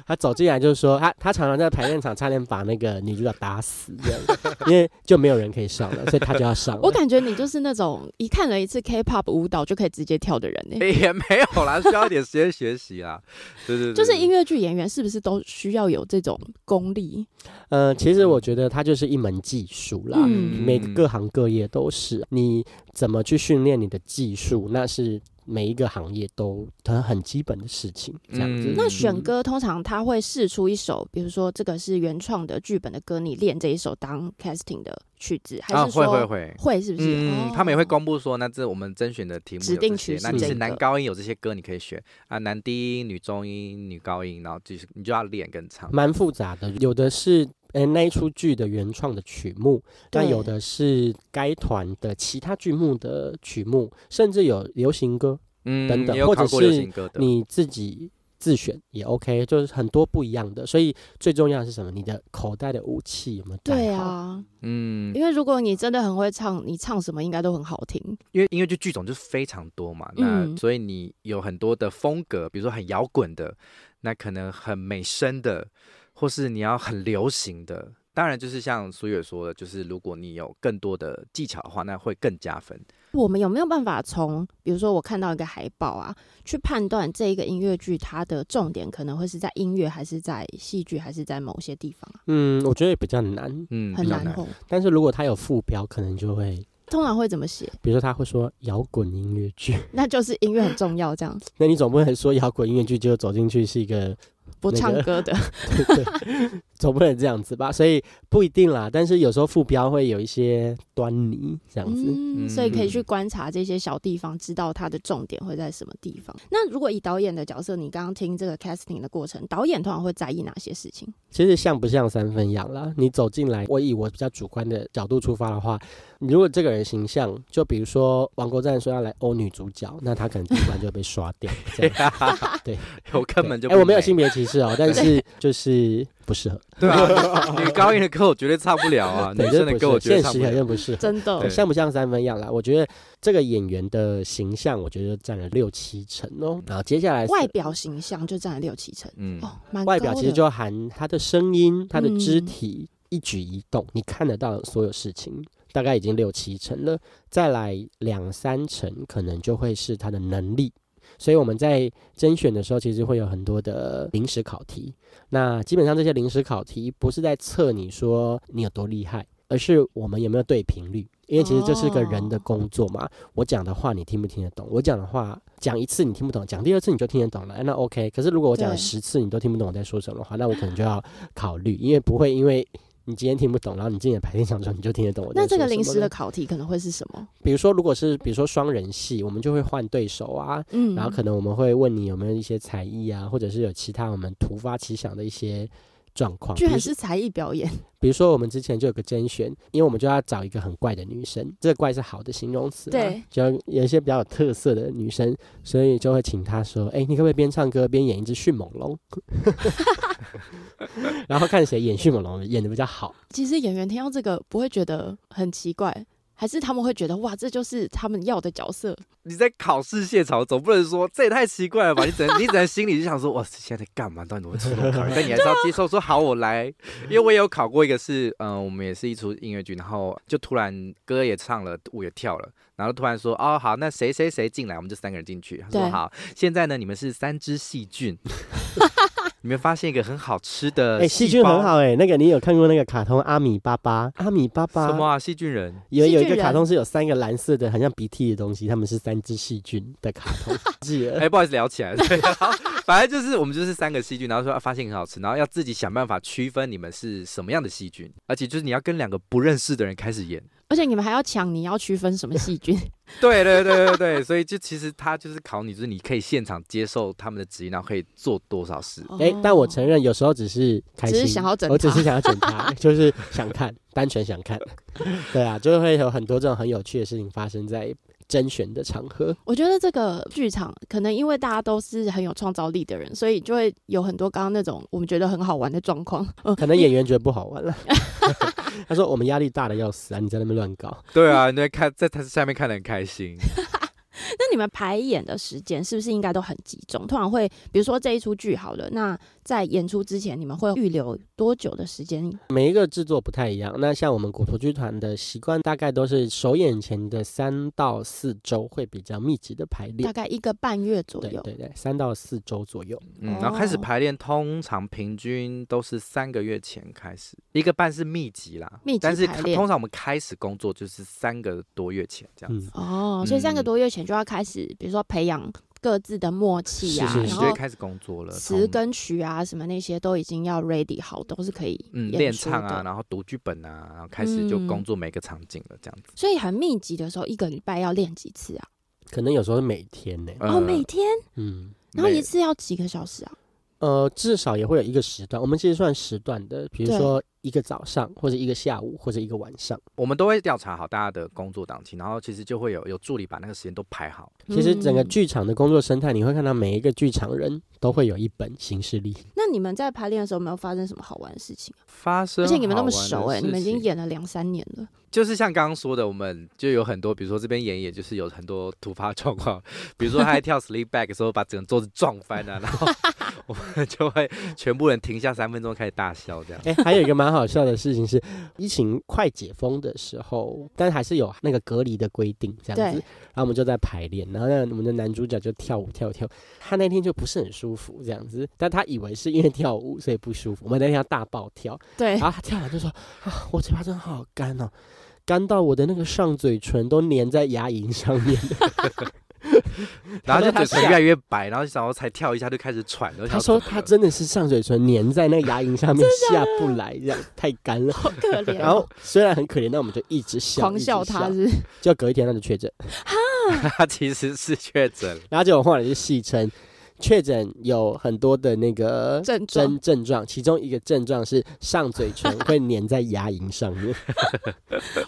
Speaker 3: 他走进来就是说，他他常常在排练场差点把那个女主角打死，这样， 因为就没有人可以上了，所以他就要上了。
Speaker 1: 我感觉你就是那种一看了一次 K-pop 舞蹈就可以直接跳的人呢、欸
Speaker 2: 哎也没有啦，需要一点时间学习啦。对对对，
Speaker 1: 就是
Speaker 2: 对
Speaker 1: 音乐剧演员是不是都需要有这种功力？
Speaker 3: 呃，其实我觉得它就是一门技术啦，
Speaker 1: 嗯
Speaker 3: 每个各行各业都是。啊你怎么去训练你的技术，那是每一个行业都很很基本的事情，这样子。
Speaker 2: 嗯
Speaker 1: 那选歌通常他会试出一首，比如说这个是原创的剧本的歌，你练这一首当 casting 的曲子，还
Speaker 2: 啊，
Speaker 1: 是说、
Speaker 2: 会会会，
Speaker 1: 会是不是？
Speaker 2: 嗯
Speaker 1: 哦，
Speaker 2: 他们也会公布说，那这我们甄选的题目
Speaker 1: 指
Speaker 2: 有
Speaker 1: 定
Speaker 2: 这
Speaker 1: 曲
Speaker 2: 些，
Speaker 1: 是
Speaker 2: 那你
Speaker 3: 这
Speaker 2: 是
Speaker 1: 个
Speaker 2: 男高音有这些歌你可以选啊，男低音、女中音、女高音，然后就是你就要练跟唱。
Speaker 3: 蛮复杂的，有的是。呃，那一出剧的原创的曲目，那
Speaker 1: 对
Speaker 3: 有的是该团的其他剧目的曲目，甚至有流行歌，
Speaker 2: 嗯
Speaker 3: 等等
Speaker 2: 也有
Speaker 3: 或者
Speaker 2: 考过流
Speaker 3: 是
Speaker 2: 行歌的，
Speaker 3: 你自己自选也 OK，就是很多不一样的。所以最重要的是什么？你的口袋的武器有没有带好？
Speaker 1: 对
Speaker 2: 哦
Speaker 1: 啊，
Speaker 2: 嗯，
Speaker 1: 因为如果你真的很会唱，你唱什么应该都很好听。
Speaker 2: 因为音乐剧剧种就是非常多嘛，那
Speaker 1: 嗯
Speaker 2: 所以你有很多的风格，比如说很摇滚的，那可能很美声的，或是你要很流行的。当然，就是像苏月说的，就是如果你有更多的技巧的话，那会更加分。
Speaker 1: 我们有没有办法从，比如说我看到一个海报啊，去判断这一个音乐剧它的重点可能会是在音乐，还是在戏剧，还是在某些地方啊？
Speaker 3: 嗯，我觉得也比较难。
Speaker 2: 嗯，
Speaker 1: 很
Speaker 2: 比较
Speaker 1: 难 哦。
Speaker 3: 但是如果它有副标，可能就会，
Speaker 1: 通常会怎么写？
Speaker 3: 比如说他会说摇滚音乐剧，
Speaker 1: 那就是音乐很重要，这样
Speaker 3: 那你总不能说摇滚音乐剧就走进去是一个
Speaker 1: 不
Speaker 3: 那
Speaker 1: 唱
Speaker 3: 个
Speaker 1: 歌的，
Speaker 3: 对，总不能这样子吧？所以不一定啦，但是有时候副标会有一些端倪这样子。
Speaker 1: 嗯，所以可以去
Speaker 2: 嗯
Speaker 1: 观察这些小地方，知道它的重点会在什么地方。那如果以导演的角色，你刚刚听这个 casting 的过程，导演通常会在意哪些事情？
Speaker 3: 其实像不像三分样啦？你走进来，我以我比较主观的角度出发的话，你如果这个人形象，就比如说王国战说要来欧女主角，那他可能第一关就被刷 掉。这样对，
Speaker 2: 我根本就
Speaker 3: 哎、我没有
Speaker 2: 心
Speaker 3: 性别歧视 哦，但是就是不适合，
Speaker 2: 对 啊，女高音的歌我绝对唱不了啊，女
Speaker 3: 对，
Speaker 2: 生
Speaker 3: 就是
Speaker 2: 的歌
Speaker 3: 不
Speaker 2: 我
Speaker 3: 适
Speaker 2: 绝对
Speaker 3: 合现
Speaker 2: 唱
Speaker 3: 实
Speaker 2: 不
Speaker 3: 条
Speaker 2: 了。
Speaker 3: 件不适合。哦
Speaker 1: 真的
Speaker 2: 对
Speaker 3: 像不像三分样啦？我觉得这个演员的形象，我觉得占了六七成哦。然后接下来是
Speaker 1: 外表形象就占了六七成，
Speaker 2: 嗯，
Speaker 1: 哦，蛮
Speaker 3: 外表
Speaker 1: 高
Speaker 3: 其实
Speaker 1: 的
Speaker 3: 就含他的声音、他的肢
Speaker 1: 嗯
Speaker 3: 体、一举一动，你看得到的所有事情，大概已经六七成了。再来两三成，可能就会是他的能力。所以我们在甄选的时候，其实会有很多的临时考题。那基本上这些临时考题不是在测你说你有多厉害，而是我们有没有对频率。因为其实这是个人的
Speaker 1: 哦
Speaker 3: 工作嘛，我讲的话你听不听得懂？我讲的话讲一次你听不懂，讲第二次你就听得懂了，哎那 OK。可是如果我讲
Speaker 1: 对
Speaker 3: 十次你都听不懂我在说什么的话，那我可能就要考虑，因为不会因为你今天听不懂，然后你今天排练场的时候你就听得懂我在
Speaker 1: 那
Speaker 3: 说什
Speaker 1: 这
Speaker 3: 么
Speaker 1: 个
Speaker 3: 了。
Speaker 1: 临时的考题可能会是什么？
Speaker 3: 比如说如果是比如说双人戏，我们就会换对手啊，
Speaker 1: 嗯，
Speaker 3: 然后可能我们会问你有没有一些才艺啊，或者是有其他我们突发奇想的一些状况，
Speaker 1: 居
Speaker 3: 比如
Speaker 1: 然
Speaker 3: 说
Speaker 1: 是才艺表演，
Speaker 3: 比如说，我们之前就有个甄选，因为我们就要找一个很怪的女生，这个怪是好的形容词嘛，
Speaker 1: 对
Speaker 3: 就要有一些比较有特色的女生，所以就会请她说：“哎、你可不可以边唱歌边演一只迅猛龙？” 然后看谁演迅猛龙演的比较好。
Speaker 1: 其实演员听到这个不会觉得很奇怪，还是他们会觉得哇，这就是他们要的角色。
Speaker 2: 你在考试现场总不能说这也太奇怪了吧？你只能你只能心里就想说，哇，现在在干嘛？到底怎么会出这种考验？但你还是要接受说好，我来。因为我也有考过一个是，嗯、我们也是一出音乐剧，然后就突然歌也唱了，舞也跳了，然后突然说，哦，好，那谁谁谁进来，我们就三个人进去。他说
Speaker 1: 对
Speaker 2: 好，现在呢，你们是三只 细菌。你们发现一个很好吃的
Speaker 3: 哎、细菌
Speaker 2: 呃胞
Speaker 3: 很好哎、那个你有看过那个卡通阿米巴巴？阿米巴巴
Speaker 2: 什么啊？细菌人
Speaker 3: 有
Speaker 1: 细
Speaker 3: 有一
Speaker 1: 菌
Speaker 3: 个卡
Speaker 1: 人
Speaker 3: 通是有三个蓝色的，很像鼻涕的东西，他们是三只细菌的卡 通，记 得
Speaker 2: 哎、不好意思，聊起来了。对然后反正就是我们就是三个细菌，然后说啊发现很好吃，然后要自己想办法区分你们是什么样的细菌，而且就是你要跟两个不认识的人开始演。
Speaker 1: 而且你们还要抢，你要区分什么细 菌？
Speaker 2: 对对对对对，所以就其实他就是考你，就是你可以现场接受他们的指引，然后可以做多少事。
Speaker 3: 哎、
Speaker 1: 哦
Speaker 3: 但我承认有时候只是开心，
Speaker 1: 只是想要整
Speaker 3: 我只
Speaker 1: 他
Speaker 3: 是想要整 他，就是想看，单纯想看。 对啊，就会有很多这种很有趣的事情发生在甄选的场合。
Speaker 1: 我觉得这个剧场可能因为大家都是很有创造力的人，所以就会有很多刚刚那种我们觉得很好玩的状况。嗯，
Speaker 3: 可能演员觉得不好玩了， 他说我们压力大的要死啊，你在那边乱搞。
Speaker 2: 对啊，你在看在他下面看得很开心。
Speaker 1: 那你们排演的时间是不是应该都很集中？通常会，比如说这一出剧好了，那在演出之前你们会预留多久的时间？
Speaker 3: 每一个制作不太一样，那像我们国图剧团的习惯，大概都是首演前的三到四周会比较密集的排
Speaker 1: 大
Speaker 3: 练。
Speaker 1: 概一个半月左
Speaker 3: 对
Speaker 1: 右。
Speaker 3: 对对，三到四周左右。
Speaker 2: 嗯，然后开始
Speaker 1: 哦
Speaker 2: 排练，通常平均都是三个月前开始，一个半是密集啦，
Speaker 1: 密集
Speaker 2: 但是
Speaker 1: 排
Speaker 2: 通
Speaker 1: 练
Speaker 2: 通常我们开始工作就是三个多月前这样子。
Speaker 3: 嗯，
Speaker 1: 哦，所以三个
Speaker 2: 嗯
Speaker 1: 多月前就要开始，比如说培养各自的默契啊，
Speaker 3: 是是
Speaker 2: 你
Speaker 1: 然
Speaker 2: 就
Speaker 1: 后
Speaker 2: 会开始工作了，
Speaker 1: 词
Speaker 2: 从
Speaker 1: 跟曲啊什么那些都已经要 ready 好，都是可以
Speaker 2: 嗯
Speaker 1: 演
Speaker 2: 练
Speaker 1: 出
Speaker 2: 唱啊，
Speaker 1: 的。
Speaker 2: 然后读剧本啊，然后开始就工
Speaker 1: 嗯
Speaker 2: 作每个场景了，这样子。
Speaker 1: 所以很密集的时候，一个礼拜要练几次啊？
Speaker 3: 可能有时候是每天
Speaker 2: 啊
Speaker 3: 呢、
Speaker 1: 哦，每天，
Speaker 3: 嗯。
Speaker 1: 然后一
Speaker 2: 呃每
Speaker 1: 次要几个小时啊？
Speaker 3: 呃，至少也会有一个时段，我们其实算时段的，比如
Speaker 1: 对
Speaker 3: 说一个早上，或者一个下午，或者一个晚上。
Speaker 2: 我们都会调查好大家的工作档期，然后其实就会有有助理把那个时间都排好。
Speaker 3: 其实整个
Speaker 1: 嗯
Speaker 3: 剧场的工作生态，你会看到每一个剧场人都会有一本行事历。
Speaker 1: 那你们在排练的时候有没有发生什么好玩的事情？啊
Speaker 2: 发生
Speaker 1: 而且你们那么
Speaker 2: 好
Speaker 1: 熟哎、
Speaker 2: 玩的
Speaker 1: 你们已经
Speaker 2: 事情
Speaker 1: 演了两三年了，
Speaker 2: 就是像刚刚说的，我们就有很多，比如说这边演也就是有很多突发 状况，比如说他在跳 sleep back 的时候把整个桌子撞翻了、然后我们就会全部人停下三分钟开始大笑 这样。
Speaker 3: 哎，还有一个蛮好笑的事情是，疫情快解封的时候，但还是有那个隔离的规定这样子。
Speaker 1: 对
Speaker 3: 然后我们就在排练，然后那我们的男主角就跳舞跳跳，他那天就不是很舒服这样子，但他以为是因为跳舞所以不舒服。我们那天要大爆跳，
Speaker 1: 对，
Speaker 3: 然后他跳完就说：“啊，我嘴巴真的好干哦，干到我的那个上嘴唇都粘在牙龈 上面。
Speaker 2: 然后就
Speaker 3: 他说他
Speaker 2: 嘴唇越来越白，然后然后才跳一下就开始喘，”然后
Speaker 3: 他
Speaker 2: 想
Speaker 3: 说：“
Speaker 2: 怎么
Speaker 3: 他
Speaker 2: 了
Speaker 3: 真的是上嘴唇粘在那个牙龈上面下不来，这样太干了。”
Speaker 1: 啊好可怜。哦
Speaker 3: 然后虽然很可怜，但我们就一直笑，
Speaker 1: 狂
Speaker 3: 一直
Speaker 1: 笑他是不是
Speaker 3: 就隔一天他就确诊，
Speaker 2: 他其实是确诊了，
Speaker 3: 然后结果后来就戏称确诊有很多的那个
Speaker 1: 症状
Speaker 3: 症症状，其中一个症状是上嘴唇 会粘在牙龈上面。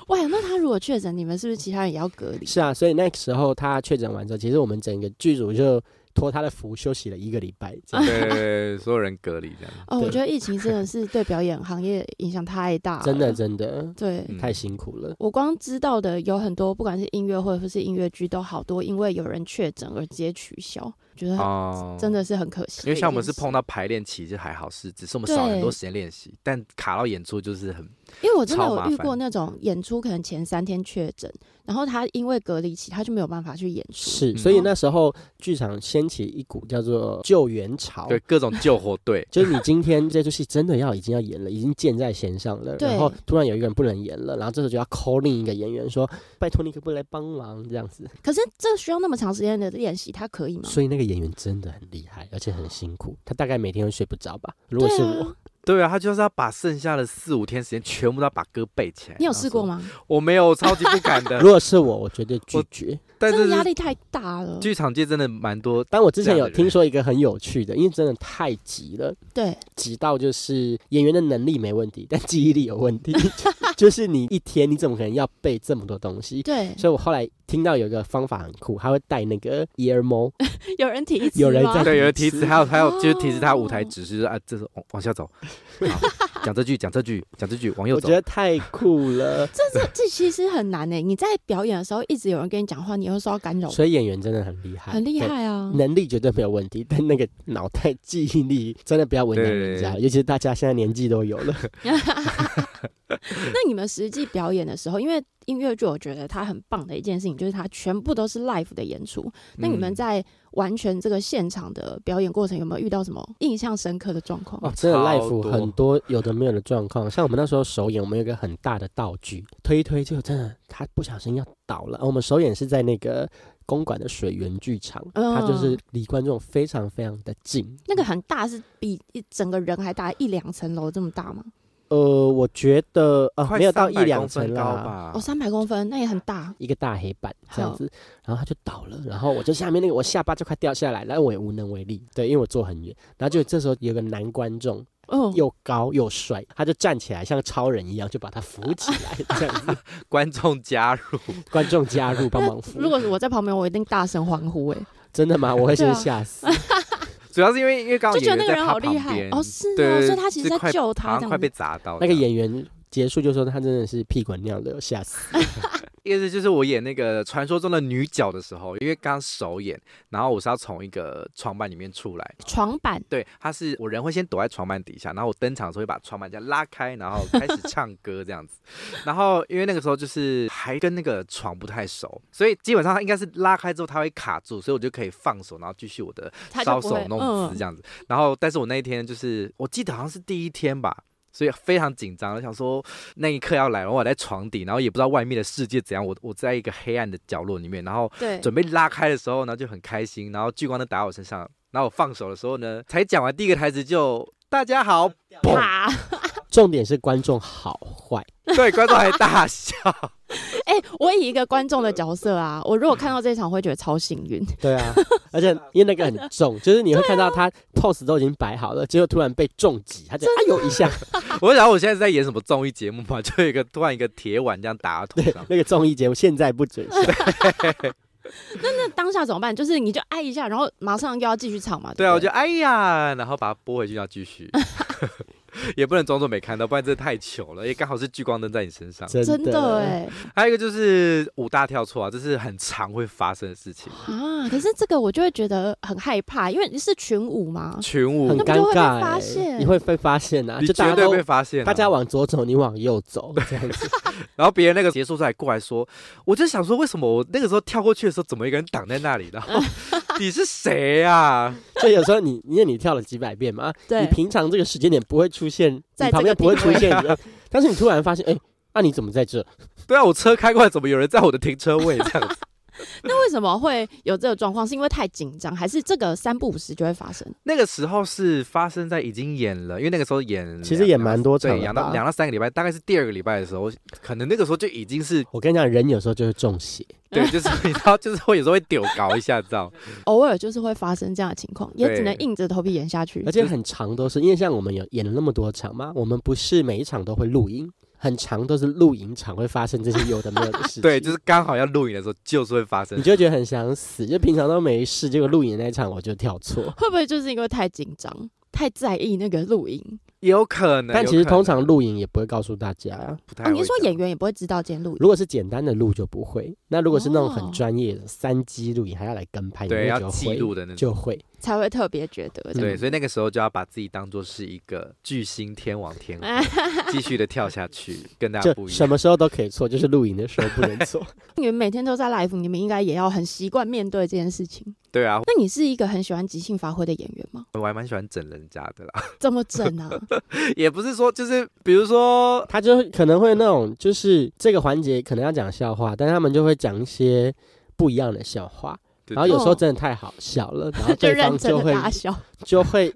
Speaker 1: 哇，那他如果确诊，你们是不是其他人也要隔离？
Speaker 3: 是啊，所以那个时候他确诊完之后，其实我们整个剧组就托他的福休息了一个礼拜。这样
Speaker 2: 对对对，所有人隔离这样。
Speaker 1: 哦，
Speaker 3: 对
Speaker 1: 我觉得疫情真的是对表演行业影响太大了，
Speaker 3: 真的真的
Speaker 1: 对。
Speaker 2: 啊嗯
Speaker 3: 太辛苦了。
Speaker 1: 我光知道的有很多，不管是音乐会或是音乐剧，都好多因为有人确诊而直接取消，觉得很
Speaker 2: 哦
Speaker 1: 真的是很可惜。
Speaker 2: 因为像我们是碰，到排练期就还好，是只是我们少了很多时间练习，但卡到演出就是很
Speaker 1: 因为我真的
Speaker 2: 超麻
Speaker 1: 有
Speaker 2: 烦
Speaker 1: 遇过那种演出可能前三天确诊，然后他因为隔离期，他就没有办法去演出。
Speaker 2: 嗯
Speaker 3: 是，所以那时候剧场掀起一股叫做救援潮，，
Speaker 2: 对各种救火队
Speaker 3: 就是你今天这出戏真的要已经要演了，已经箭在弦上了，
Speaker 1: 对
Speaker 3: 然后突然有一个人不能演了，然后这时候就要 call 另一个演员说：“拜托你可不可以来帮忙？”这样子，
Speaker 2: 嗯
Speaker 1: 可是这需要那么长时间的练习，他可以吗？
Speaker 3: 所以那个演员真的很厉害，而且很辛苦，他大概每天都睡不着吧。如果是
Speaker 1: 对啊
Speaker 3: 我，
Speaker 2: 对啊，他就是要把剩下的四五天时间全部都要把歌背起来。
Speaker 1: 你有
Speaker 2: 然后
Speaker 1: 试过
Speaker 2: 说？
Speaker 1: 吗？
Speaker 2: 我没有，我超级不敢的。
Speaker 3: 如果是我，我绝对拒绝。
Speaker 2: 但
Speaker 1: 真
Speaker 2: 是
Speaker 1: 的压力太大了。
Speaker 2: 剧场界真的蛮多，
Speaker 3: 但我之前有
Speaker 2: 这样的人
Speaker 3: 听说一个很有趣的，因为真的太急了，
Speaker 1: 对，
Speaker 3: 急到就是演员的能力没问题，但记忆力有 问题，就是你一天你怎么可能要背这么多东西？
Speaker 1: 对，
Speaker 3: 所以我后来听到有一个方法很酷，他会带那个 ear mo，
Speaker 1: 有人提词
Speaker 3: 有人
Speaker 1: 吗，
Speaker 3: 在
Speaker 2: 对，有人提
Speaker 3: 是
Speaker 2: 示，还有还有就是提示他舞台指示就是啊，这是往往下走，好讲这句，讲这句，讲这句，往右
Speaker 3: 我
Speaker 2: 走
Speaker 3: 觉。得太酷了
Speaker 1: 这这这其实很难诶、你在表演的时候一直有人跟你讲话，你会受到干扰，
Speaker 3: 所以演员真的很厉害，
Speaker 1: 很厉害啊
Speaker 3: 对。。能力绝对没有问题，但那个脑袋记忆力真的不要为难人家，
Speaker 2: 对
Speaker 3: 尤其是大家现在年纪都有了，
Speaker 1: 那你们实际表演的时候，因为音乐剧我觉得它很棒的一件事情，就是它全部都是 live 的演出。那你们
Speaker 2: 嗯
Speaker 1: 在完全这个现场的表演过程，有没有遇到什么印象深刻的状况？
Speaker 3: 哦，真的
Speaker 2: 超
Speaker 3: life
Speaker 2: 多
Speaker 3: 很多有的没有的状况，像我们那时候首演，我们有一个很大的道具推一推，就真的他不小心要倒了。我们首演是在那个公馆的水源剧场，它就是
Speaker 1: 嗯
Speaker 3: 离观众非常非常的近。
Speaker 1: 那个很大，是比一整个人还大，一两层楼这么大吗？
Speaker 3: 呃，我觉得啊、
Speaker 2: 快
Speaker 3: 没有到一
Speaker 2: 300
Speaker 3: 两
Speaker 2: 公
Speaker 3: 层
Speaker 2: 分高
Speaker 3: 啦，
Speaker 2: 吧
Speaker 1: 哦，？三百公分，那也很大。
Speaker 3: 一个大黑板这样
Speaker 1: 好
Speaker 3: 子，然后他就倒了，然后我就下面那个我下巴就快掉下来，然后我也无能为力，对，因为我坐很远，然后就这时候有个男观众
Speaker 1: 哦，
Speaker 3: 又高又帅，他就站起来像超人一样就把他扶起来，这样子，
Speaker 2: 观众加入，
Speaker 3: 观众加入帮忙 扶
Speaker 1: 如，果是我在旁边，我一定大声欢呼诶、欸
Speaker 3: 真的吗？我
Speaker 1: 对
Speaker 3: 会先
Speaker 1: 啊
Speaker 3: 吓死，
Speaker 2: 主要是因为因为刚好
Speaker 1: 就觉得
Speaker 2: 演
Speaker 1: 那个
Speaker 2: 员在
Speaker 1: 人
Speaker 2: 他
Speaker 1: 好厉
Speaker 2: 旁
Speaker 1: 害
Speaker 2: 边
Speaker 1: 哦，是
Speaker 2: 对
Speaker 1: 哦，
Speaker 2: 对
Speaker 1: 所以他其实
Speaker 2: 就
Speaker 1: 在
Speaker 2: 快
Speaker 1: 救
Speaker 2: 好
Speaker 1: 他，
Speaker 2: 像
Speaker 1: 这样
Speaker 2: 快被
Speaker 1: 子。
Speaker 2: 砸到。
Speaker 3: 那个
Speaker 2: 这样
Speaker 3: 演员。结束就说他真的是屁滚尿流，吓死！
Speaker 2: 意思就是我演那个传说中的女角的时候，因为刚首演，然后我是要从一个床板里面出来，
Speaker 1: 床板
Speaker 2: 对，他是我人会先躲在床板底下，然后我登场的时候会把床板这样拉开，然后开始唱歌这样子。然后因为那个时候就是还跟那个床不太熟，所以基本上他应该是拉开之后他会卡住，所以我就可以放手，然后继续我的
Speaker 1: 他就
Speaker 2: 搔
Speaker 1: 不
Speaker 2: 首
Speaker 1: 会，嗯
Speaker 2: 弄姿这样子。然后，但是我那一天就是我记得好像是第一天吧。所以非常紧张，我想说那一刻要来，然后我在床底，然后也不知道外面的世界怎样，我我在一个黑暗的角落里面，然后
Speaker 1: 对，
Speaker 2: 准备拉开的时候呢，就很开心，然后聚光灯打到我身上，然后我放手的时候呢，才讲完第一个台词就大家好，砰！
Speaker 1: 啪！
Speaker 3: 重点是观众好坏，
Speaker 2: 对，观众还大笑，
Speaker 1: 哎、我以一个观众的角色啊，我如果看到这一场，我会觉得超幸运。
Speaker 3: 对啊，而且因为那个很重，就是你会看到他
Speaker 1: 啊
Speaker 3: pose 都已经摆好了，结果突然被重击，他就哎呦一下，
Speaker 2: 我想我现在是在演什么综艺节目嘛，就有一个突然一个铁碗这样打到头
Speaker 3: 对
Speaker 2: 上，，
Speaker 3: 那个综艺节目现在不准是吧
Speaker 1: 那当下怎么办？就是你就挨一下，然后马上又要继续唱嘛。
Speaker 2: 对啊，
Speaker 1: 不
Speaker 2: 我就哎呀，然后把它拨回去，要继续， 也不能装作没看到，不然这太糗了。也刚好是聚光灯在你身上。
Speaker 1: 真的哎、
Speaker 2: 还有一个就是五大跳错啊，这是很常会发生的事情。
Speaker 1: 啊！可是这个我就会觉得很害怕，因为你是群舞嘛，
Speaker 2: 群
Speaker 3: 很
Speaker 2: 舞，
Speaker 1: 那不
Speaker 3: 尴
Speaker 1: 就会被
Speaker 3: 尬、
Speaker 1: 发
Speaker 3: 欸，
Speaker 1: 现
Speaker 3: 你会被发现啊！
Speaker 2: 你
Speaker 3: 就大
Speaker 2: 绝
Speaker 3: 家
Speaker 2: 对
Speaker 3: 都
Speaker 2: 被发现啊、
Speaker 3: 大家往左走，你往右走，这样子。
Speaker 2: 然后别人那个结束之后还过来说，我就想说，为什么我那个时候跳过去的时候，怎么一个人挡在那里？然后 你是谁呀、啊？
Speaker 3: 所以有时候你因为你跳了几百遍嘛，啊
Speaker 1: 对
Speaker 3: 你平常这个时间点不会出现，
Speaker 1: 在
Speaker 3: 你旁边
Speaker 1: 这
Speaker 3: 不
Speaker 1: 个
Speaker 3: 会
Speaker 1: 地
Speaker 3: 出
Speaker 1: 位
Speaker 3: 现 人，但是你突然发现，哎、那、你怎么在这？
Speaker 2: 对啊，我车开过来，怎么有人在我的停车位这样子？
Speaker 1: 那为什么会有这个状况？是因为太紧张，还是这个三不五时就会发生？
Speaker 2: 那个时候是发生在已经演了，因为那个时候演
Speaker 3: 其实也蛮多场
Speaker 2: 对，
Speaker 3: 的
Speaker 2: 演到两
Speaker 3: 吧。
Speaker 2: 到三个礼拜，大概是第二个礼拜的时候，可能那个时候就已经是
Speaker 3: 我跟你讲，人有时候就是中邪，
Speaker 2: 对，就是你知道，就是会有时候会丢搞一下，知 道？
Speaker 1: 偶尔就是会发生这样的情况，也只能
Speaker 2: 对
Speaker 1: 硬着头皮演下去
Speaker 3: 而。且很长都是因为像我们有演了那么多场嘛，我们不是每一场都会录音，很长都是录影场会发生这些有的没有的事情。
Speaker 2: 对，就是刚好要录影的时候，就是会发生
Speaker 3: 你。就会觉得很想死，就平常都没事，结果录影那一场我就跳错。
Speaker 1: 会不会就是因为太紧张，太在意那个录音？
Speaker 2: 有可能，
Speaker 3: 但
Speaker 2: 有
Speaker 3: 其实
Speaker 2: 可能
Speaker 3: 通常录影也不会告诉大家。
Speaker 2: 不
Speaker 1: 啊，
Speaker 2: 太。
Speaker 1: 你是说演？员也不会知道今天录音？
Speaker 3: 如果是简单的录就不会，那如果是那
Speaker 1: 哦
Speaker 3: 种很专业的三机录影，还要来跟拍，
Speaker 2: 对，
Speaker 3: 你那
Speaker 2: 要
Speaker 3: 就
Speaker 2: 记
Speaker 3: 会
Speaker 2: 录的那种。
Speaker 3: 就会。
Speaker 1: 才会特别觉得这样
Speaker 2: 对，所以那个时候就要把自己当做是一个巨星天王天后，
Speaker 1: 哎
Speaker 2: 继续的跳 下去，跟大家
Speaker 3: 就
Speaker 2: 不一
Speaker 3: 什
Speaker 2: 样。
Speaker 3: 么时候都可以错，就是录影的时候不能 错。
Speaker 1: 你们每天都在 live，你们应该也要很习惯面对这件事情。
Speaker 2: 对啊，
Speaker 1: 那你是一个很喜欢即兴发挥的演员吗？
Speaker 2: 我还蛮喜欢整人家的啦，
Speaker 1: 怎么整啊？
Speaker 2: 也不是说就是比如说
Speaker 3: 他就可能会那种，就是这个环节可能要讲笑话，但他们就会讲一些不一样的笑话，
Speaker 2: 对
Speaker 3: 然后有时候
Speaker 1: 哦
Speaker 3: 真的太好笑了， 然后
Speaker 1: 就
Speaker 3: 对方
Speaker 1: 认真
Speaker 3: 就
Speaker 1: 的
Speaker 3: 会
Speaker 1: 大笑。
Speaker 3: 就会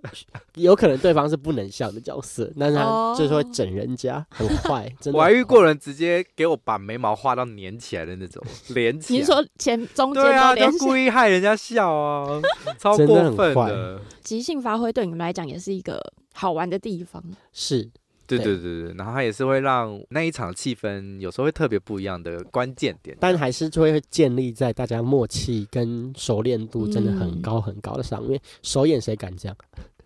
Speaker 3: 有可能对方是不能笑的角色，但是他
Speaker 1: 哦
Speaker 3: 就是会整人家，很坏，真的。
Speaker 2: 我还遇过人直接给我把眉毛画到粘起来的 那种，连起来。
Speaker 1: 你是说前中间
Speaker 2: 对
Speaker 1: 都
Speaker 2: 啊，就
Speaker 1: 连
Speaker 2: 故意害人家 笑啊，超
Speaker 3: 真的
Speaker 2: 过
Speaker 3: 很
Speaker 2: 分
Speaker 3: 坏
Speaker 2: 的。
Speaker 1: 即兴发挥对你们来讲也是一个好玩的地方。
Speaker 3: 是
Speaker 2: 对
Speaker 3: 对
Speaker 2: 对对对，然后他也是会让那一场气氛有时候会特别不一样的关键点。
Speaker 3: 但还是就会建立在大家默契跟熟练度真的很
Speaker 1: 嗯
Speaker 3: 高很高的上面。首演谁敢这样？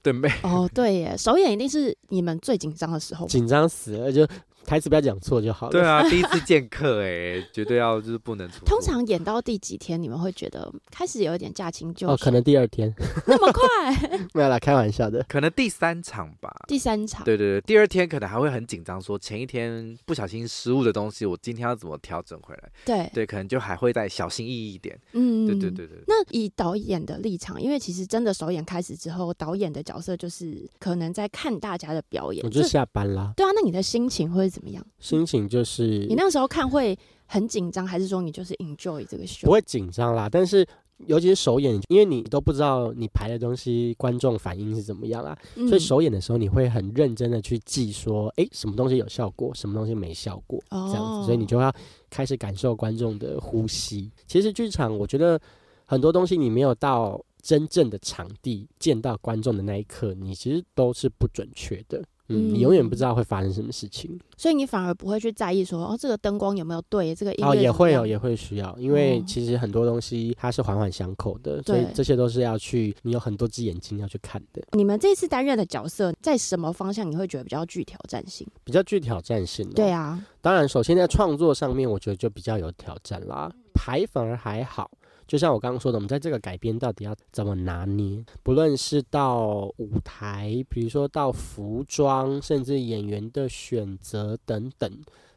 Speaker 2: 对，没
Speaker 1: 哦，对耶，首演一定是你们最紧张的时候。
Speaker 3: 紧张死了，就台词不要讲错就好了。
Speaker 2: 对啊，第一次见客哎、绝对要就是不能出错。
Speaker 1: 通常演到第几天，你们会觉得开始有一点驾轻就熟？
Speaker 3: 哦，可能第二天
Speaker 1: 那么快？
Speaker 3: 没有啦，开玩笑的。
Speaker 2: 可能第三场吧。
Speaker 1: 第三场，
Speaker 2: 对对对，第二天可能还会很紧张，说前一天不小心失误的东西，我今天要怎么调整回来？
Speaker 1: 对，
Speaker 2: 对，可能就还会再小心翼翼一点。
Speaker 1: 嗯，
Speaker 2: 对对。对对，
Speaker 1: 那以导演的立场，因为其实真的首演开始之后，导演的角色就是可能在看大家的表演。
Speaker 3: 我就
Speaker 1: 这
Speaker 3: 下班啦，
Speaker 1: 对啊，那你的心情会是怎么样？
Speaker 3: 心情就是
Speaker 1: 你那时候看会很紧张，还是说你就是 enjoy 这个
Speaker 3: 不
Speaker 1: show？
Speaker 3: 会紧张啦，但是。尤其是首演，因为你都不知道你排的东西观众反应是怎么样啊，
Speaker 1: 嗯
Speaker 3: 所以首演的时候你会很认真的去记说，诶，什么东西有效果，什么东西没效果。这样子，所以你
Speaker 1: 哦
Speaker 3: 就要开始感受观众的呼吸。其实剧场，我觉得很多东西你没有到真正的场地见到观众的那一刻，你其实都是不准确的。嗯，你永远不知道会发生什么事情。
Speaker 1: 所以你反而不会去在意说哦，这个灯光有没有对，这个音乐
Speaker 3: 哦，也
Speaker 1: 怎么
Speaker 3: 会
Speaker 1: 样
Speaker 3: 哦，也会需要，因为
Speaker 1: 哦
Speaker 3: 其实很多东西它是环环相扣的，所以
Speaker 1: 对
Speaker 3: 这些都是要去，你有很多只眼睛要去看的，
Speaker 1: 你们这次担任的角色在什么方向你会觉得比较具挑战性？
Speaker 3: 比较具挑战性、哦。
Speaker 1: 对啊，
Speaker 3: 当然，首先在创作上面，我觉得就比较有挑战啦。排反而还好，就像我刚刚说的，我们在这个改编到底要怎么拿捏？不论是到舞台，比如说到服装，甚至演员的选择等等，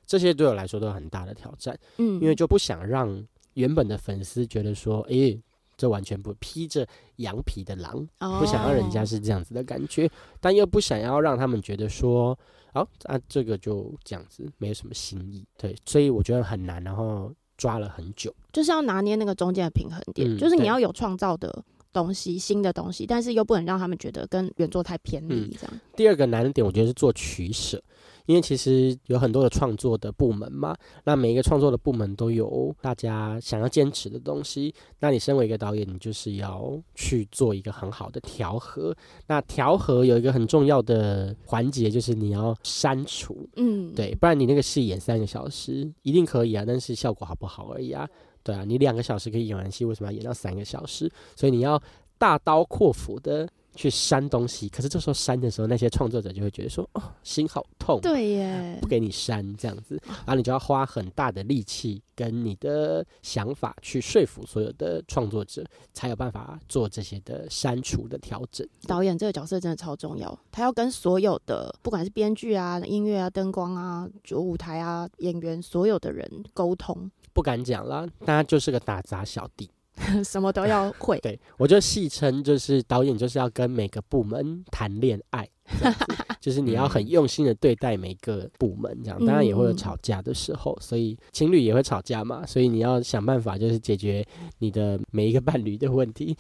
Speaker 3: 这些对我来说都有很大的挑战，
Speaker 1: 嗯，
Speaker 3: 因为就不想让原本的粉丝觉得说，诶、这完全不披着羊皮的狼，不想让人家
Speaker 1: 哦
Speaker 3: 是这样子的感觉，但又不想要让他们觉得说，哦，啊，这个就这样子，没有什么新意。对，所以我觉得很难，然后抓了很久。
Speaker 1: 就是要拿捏那个中间的平衡点，
Speaker 3: 嗯
Speaker 1: 就是你
Speaker 3: 对
Speaker 1: 要有创造的东西，新的东
Speaker 3: 嗯
Speaker 1: 西，但是又不能让他们觉得跟原作太偏离这样。
Speaker 3: 第二个难点，我觉得是做取舍，因为其实有很多的创作的部门嘛，那每一个创作的部门都有大家想要坚持的东西。那你身为一个导演，你就是要去做一个很好的调和。那调和有一个很重要的环节，就是你要删除，
Speaker 1: 嗯，
Speaker 3: 对，不然你那个戏演三个小时一定可以啊，但是效果好不好而已啊。对啊，你两个小时可以演完戏，为什么要演到三个小时？所以你要大刀阔斧的去删东西。可是这时候删的时候，那些创作者就会觉得说，哦，心好痛，
Speaker 1: 对啊耶
Speaker 3: 不，给你删这样子，然后你就要花很大的力气跟你的想法去说服所有的创作者，才有办法做这些的删除的调整。
Speaker 1: 导演这个角色真的超重要，他要跟所有的不管是编剧啊、音乐啊、灯光啊、主舞台啊、演员所有的人沟通，
Speaker 3: 不敢讲啦，大家就是个打杂小弟。
Speaker 1: 什么都要会。
Speaker 3: 对我就戏称，就是导演就是要跟每个部门谈恋爱，这样子就是你要很用心的对待每个部门，这样当然也会有
Speaker 1: 嗯
Speaker 3: 吵架的时候，所以情侣也会吵架嘛，所以你要想办法就是解决你的每一个伴侣的 问题。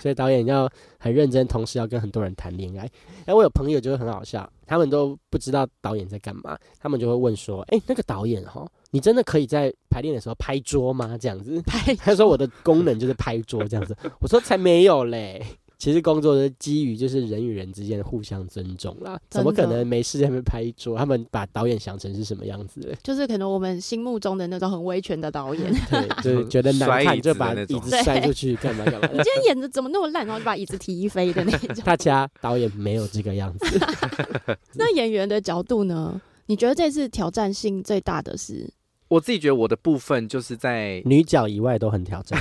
Speaker 3: 所以导演要很认真，同时要跟很多人谈恋爱。哎，我有朋友就会很好笑，他们都不知道导演在干嘛，他们就会问说：“哎，那个导演哈，你真的可以在排练的时候拍桌吗？”这样 子，
Speaker 1: 拍
Speaker 3: 他说我的功能就是拍桌这样子， 我说才没有嘞。其实工作是基于就是人与人之间的互相尊重啦，怎么可
Speaker 1: 真的
Speaker 3: 能没事在那边拍一桌？他们把导演想成是什么样子 嘞？
Speaker 1: 就是可能我们心目中的那种很威权的导演，
Speaker 3: 对，就是觉得难
Speaker 2: 摔椅
Speaker 3: 看
Speaker 2: 子
Speaker 3: 就把
Speaker 2: 的那
Speaker 3: 椅
Speaker 2: 种
Speaker 3: 子摔出去干嘛干嘛
Speaker 1: 你。今天演的怎么那么烂，然后就把椅子踢飞的那种。
Speaker 3: 大家导演没有这个样 子，
Speaker 1: 那演员的角度呢？你觉得这次挑战性最大的是？
Speaker 2: 我自己觉得我的部分就是在
Speaker 3: 女角以外都很挑战。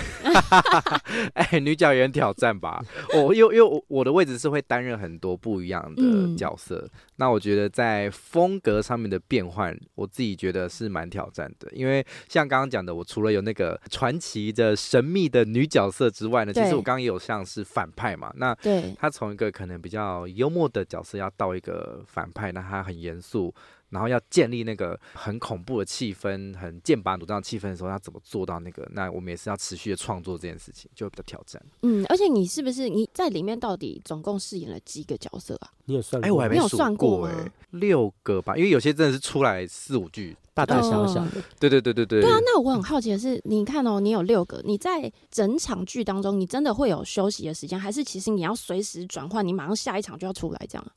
Speaker 2: 哎，女角也很挑战吧？我、因为因为我我的位置是会担任很多不一样的
Speaker 1: 嗯
Speaker 2: 角色，那我觉得在风格上面的变换，我自己觉得是蛮挑战的。因为像刚刚讲的，我除了有那个传奇的神秘的女角色之外呢，其实
Speaker 1: 对
Speaker 2: 我刚刚也有像是反派嘛，那
Speaker 1: 对，
Speaker 2: 他从一个可能比较幽默的角色，要到一个反派，那他很严肃，然后要建立那个很恐怖的气氛、很剑拔弩张的气氛的时候，他怎么做到那个？那我们也是要持续的创作这件事情，就会比较挑战。
Speaker 1: 嗯，而且你是不是你在里面到底总共饰演了几个角色啊？
Speaker 3: 你有算
Speaker 2: 哎、
Speaker 3: 过？
Speaker 2: 我还
Speaker 1: 你
Speaker 2: 没
Speaker 1: 有
Speaker 2: 数
Speaker 1: 算过
Speaker 2: 过哎、
Speaker 1: 吗
Speaker 2: 六个吧，因为有些真的是出来四五句。
Speaker 3: 大大小小的，
Speaker 2: 对啊对对对对。
Speaker 1: 对啊，那我很好奇的是，你看哦，你有六个，你在整场剧当中，你真的会有休息的时间，还是其实你要随时转换，你马上下一场就要出来这样啊？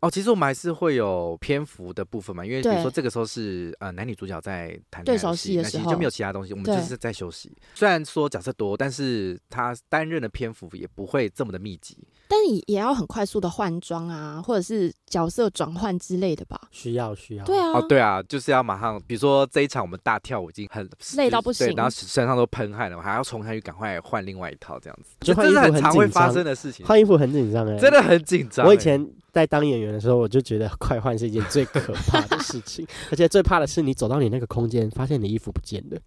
Speaker 2: 哦，其实我们还是会有篇幅的部分嘛，因为比如
Speaker 1: 对
Speaker 2: 说这个时候是呃男女主角在谈
Speaker 1: 对
Speaker 2: 恋爱
Speaker 1: 手戏的
Speaker 2: 那其
Speaker 1: 时
Speaker 2: 实就
Speaker 1: 候
Speaker 2: 没有其他东西，我们
Speaker 1: 对
Speaker 2: 就是在休息。虽然说角色多，但是他担任的篇幅也不会这么的密集。
Speaker 1: 但你也要很快速的换装啊，或者是角色转换之类的吧？
Speaker 3: 需要需要。
Speaker 1: 对啊，
Speaker 2: 哦，对啊，就是要马上，比如说这一场我们大跳舞已经很
Speaker 1: 累到不
Speaker 2: 对
Speaker 1: 行
Speaker 2: 然后身上都喷汗了，我还要冲下去赶快换另外一套这样子，
Speaker 3: 就
Speaker 2: 这
Speaker 3: 换衣
Speaker 2: 这是
Speaker 3: 服
Speaker 2: 很
Speaker 3: 很
Speaker 2: 常会
Speaker 3: 紧
Speaker 2: 发
Speaker 3: 张
Speaker 2: 生的事情，
Speaker 3: 换衣服很紧张哎，
Speaker 2: 真的很紧张欸。
Speaker 3: 我以前在当演员的时候，我就觉得快换是一件最可怕的事情， 而且最怕的是你走到你那个空间，发现你衣服不见了。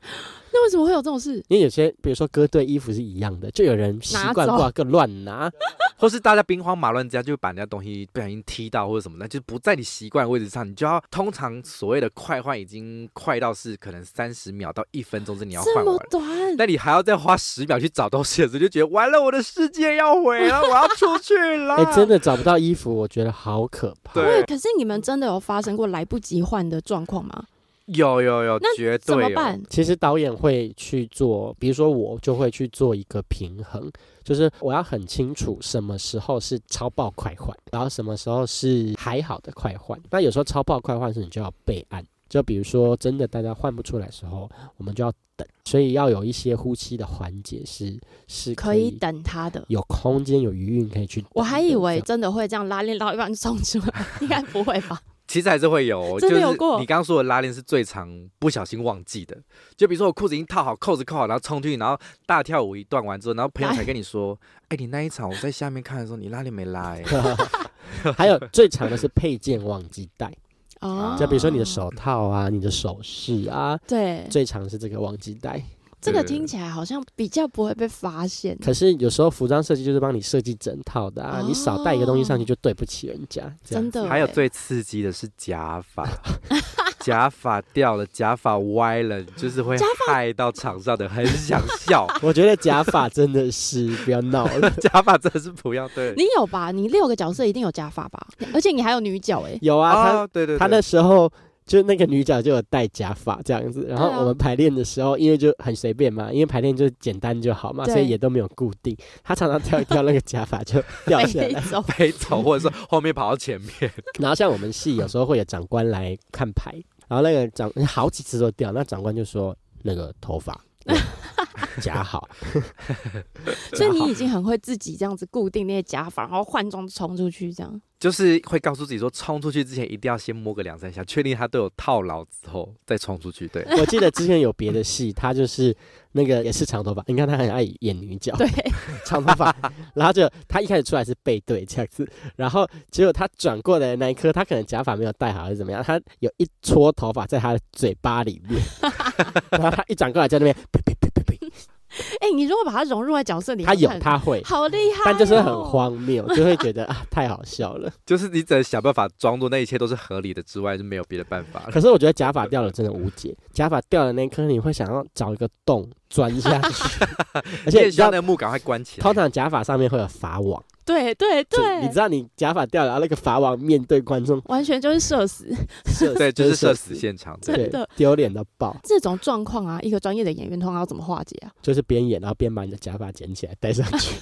Speaker 1: 那为什么会有这种事？
Speaker 3: 因为有些，比如说歌队衣服是一样的，就有人习惯
Speaker 1: 拿走
Speaker 3: 挂个乱 拿，
Speaker 2: 或是大家兵荒马乱之下就把人家东西不小心踢到或者什么的，就不在你习惯的位置上，你就要通常所谓的快换已经快到是可能三十秒到一分钟之内你要
Speaker 1: 这
Speaker 2: 换
Speaker 1: 么
Speaker 2: 完。
Speaker 1: 短，
Speaker 2: 那你还要再花十秒去找东西的时候，就觉得完了，我的世界要毁了，我要出去了。
Speaker 3: 哎、真的找不到衣服，我觉得好可怕。
Speaker 2: 对
Speaker 1: 可是你们真的有发生过来不及换的状况吗？
Speaker 2: 有有有，
Speaker 1: 那
Speaker 2: 绝
Speaker 1: 怎么
Speaker 2: 对有。哦
Speaker 1: 办？
Speaker 3: 其实导演会去做，比如说我就会去做一个平衡，就是我要很清楚什么时候是超爆快换，然后什么时候是还好的快换。那有时候超爆快换是你就要备案，就比如说真的大家换不出来的时候，我们就要等，所以要有一些呼吸的环节是是
Speaker 1: 可以等他的。
Speaker 3: 有空间有余韵可以去等的。
Speaker 1: 我还以为
Speaker 3: 这样
Speaker 1: 真的会这样拉链到一半送出来， 应该不会 吧？
Speaker 2: 其实还是会有，
Speaker 1: 真的有
Speaker 2: 就
Speaker 1: 过
Speaker 2: 是你刚刚说的拉链是最常不小心忘记的。就比如说我裤子已经套好，扣子扣好，然后冲出去，然后大跳舞一段完之后，然后朋友才跟你说：“哎、你那一场我在下面看的时候，你拉链没拉、哎，
Speaker 3: 还有最长的是配件忘记带，
Speaker 1: 哦，
Speaker 3: 啊就比如说你的，手套啊、你的首饰啊，
Speaker 1: 对，
Speaker 3: 最长是这个忘记带。
Speaker 1: 这个
Speaker 2: 对
Speaker 1: 听起来好像比较不会被发现。
Speaker 3: 可是有时候服装设计就是帮你设计整套的啊，
Speaker 1: 哦
Speaker 3: 你少带一个东西上去就对不起人家。这样
Speaker 1: 真的欸，
Speaker 2: 还有最刺激的是假发。 假发掉了，假发歪了，就是会害到场上的很想笑。
Speaker 3: 我觉得假发真的是不要闹 了。
Speaker 2: 假发真的是不要对。
Speaker 1: 你有吧？你六个角色一定有假发吧？
Speaker 3: 嗯
Speaker 1: 而且你还有女角 哎、
Speaker 3: 有啊，他、
Speaker 2: 哦，对对对，
Speaker 3: 他那时候就那个女角就有戴假发这样子，然后
Speaker 1: 对啊
Speaker 3: 我们排练的时候，因为就很随便嘛，因为排练就简单就好嘛，
Speaker 1: 对
Speaker 3: 所以也都没有固定。他常常 跳一跳，那个假发就掉下
Speaker 1: 飞
Speaker 3: 来。
Speaker 1: 走。
Speaker 2: 飞走，或者说后面跑到前面，
Speaker 3: 然后像我们系有时候会有长官来看牌，然后那个长好几次都掉，那长官就说那个 头发。夹好，
Speaker 1: 所以你已经很会自己这样子固定那些假发，然后换装冲出去这样。
Speaker 2: 就是会告诉自己说，冲出去之前一定要先摸个两三下，确定他都有套牢之后再冲 出去。对，
Speaker 3: 我记得之前有别的戏，他就是那个也是长头发，你看他很爱演女角，
Speaker 1: 对，
Speaker 3: 长头发，然后就他一开始出来是背对这样子，然后结果他转过来的那一刻，他可能假发没有戴好还是怎么样，他有一撮头发在他的嘴巴里 面，然后他一转过来在那边 呸呸呸呸呸，
Speaker 1: 哎、你如果把它融入在角色里，
Speaker 3: 他有
Speaker 1: 很
Speaker 3: 他会，
Speaker 1: 好厉害、哦
Speaker 3: 但就是很。荒谬，就会觉得啊太好笑 了。
Speaker 2: 就是你只能想办法装作那一切都是合理的之外，就没有别的办法了。
Speaker 3: 可是我觉得假发掉了真的无解，假发掉的那一刻你会想要找一个洞钻下 去，而且
Speaker 2: 而
Speaker 3: 你
Speaker 2: 且
Speaker 3: 知道
Speaker 2: 像那个木赶快关起来
Speaker 3: 通。常假发上面会有法网，
Speaker 1: 对对
Speaker 3: 就
Speaker 1: 对，
Speaker 3: 你知道你假发掉了，然后那个法网面对观众
Speaker 1: 完全就是社死。
Speaker 3: 射
Speaker 2: 对，就是
Speaker 3: 射
Speaker 2: 社死现场。对，
Speaker 3: 对
Speaker 1: 真的，
Speaker 3: 丢脸到爆。
Speaker 1: 这种状况啊，一个专业的演员通常要怎么化解啊？
Speaker 3: 就是边演然后边把你的假发捡起来戴上 去。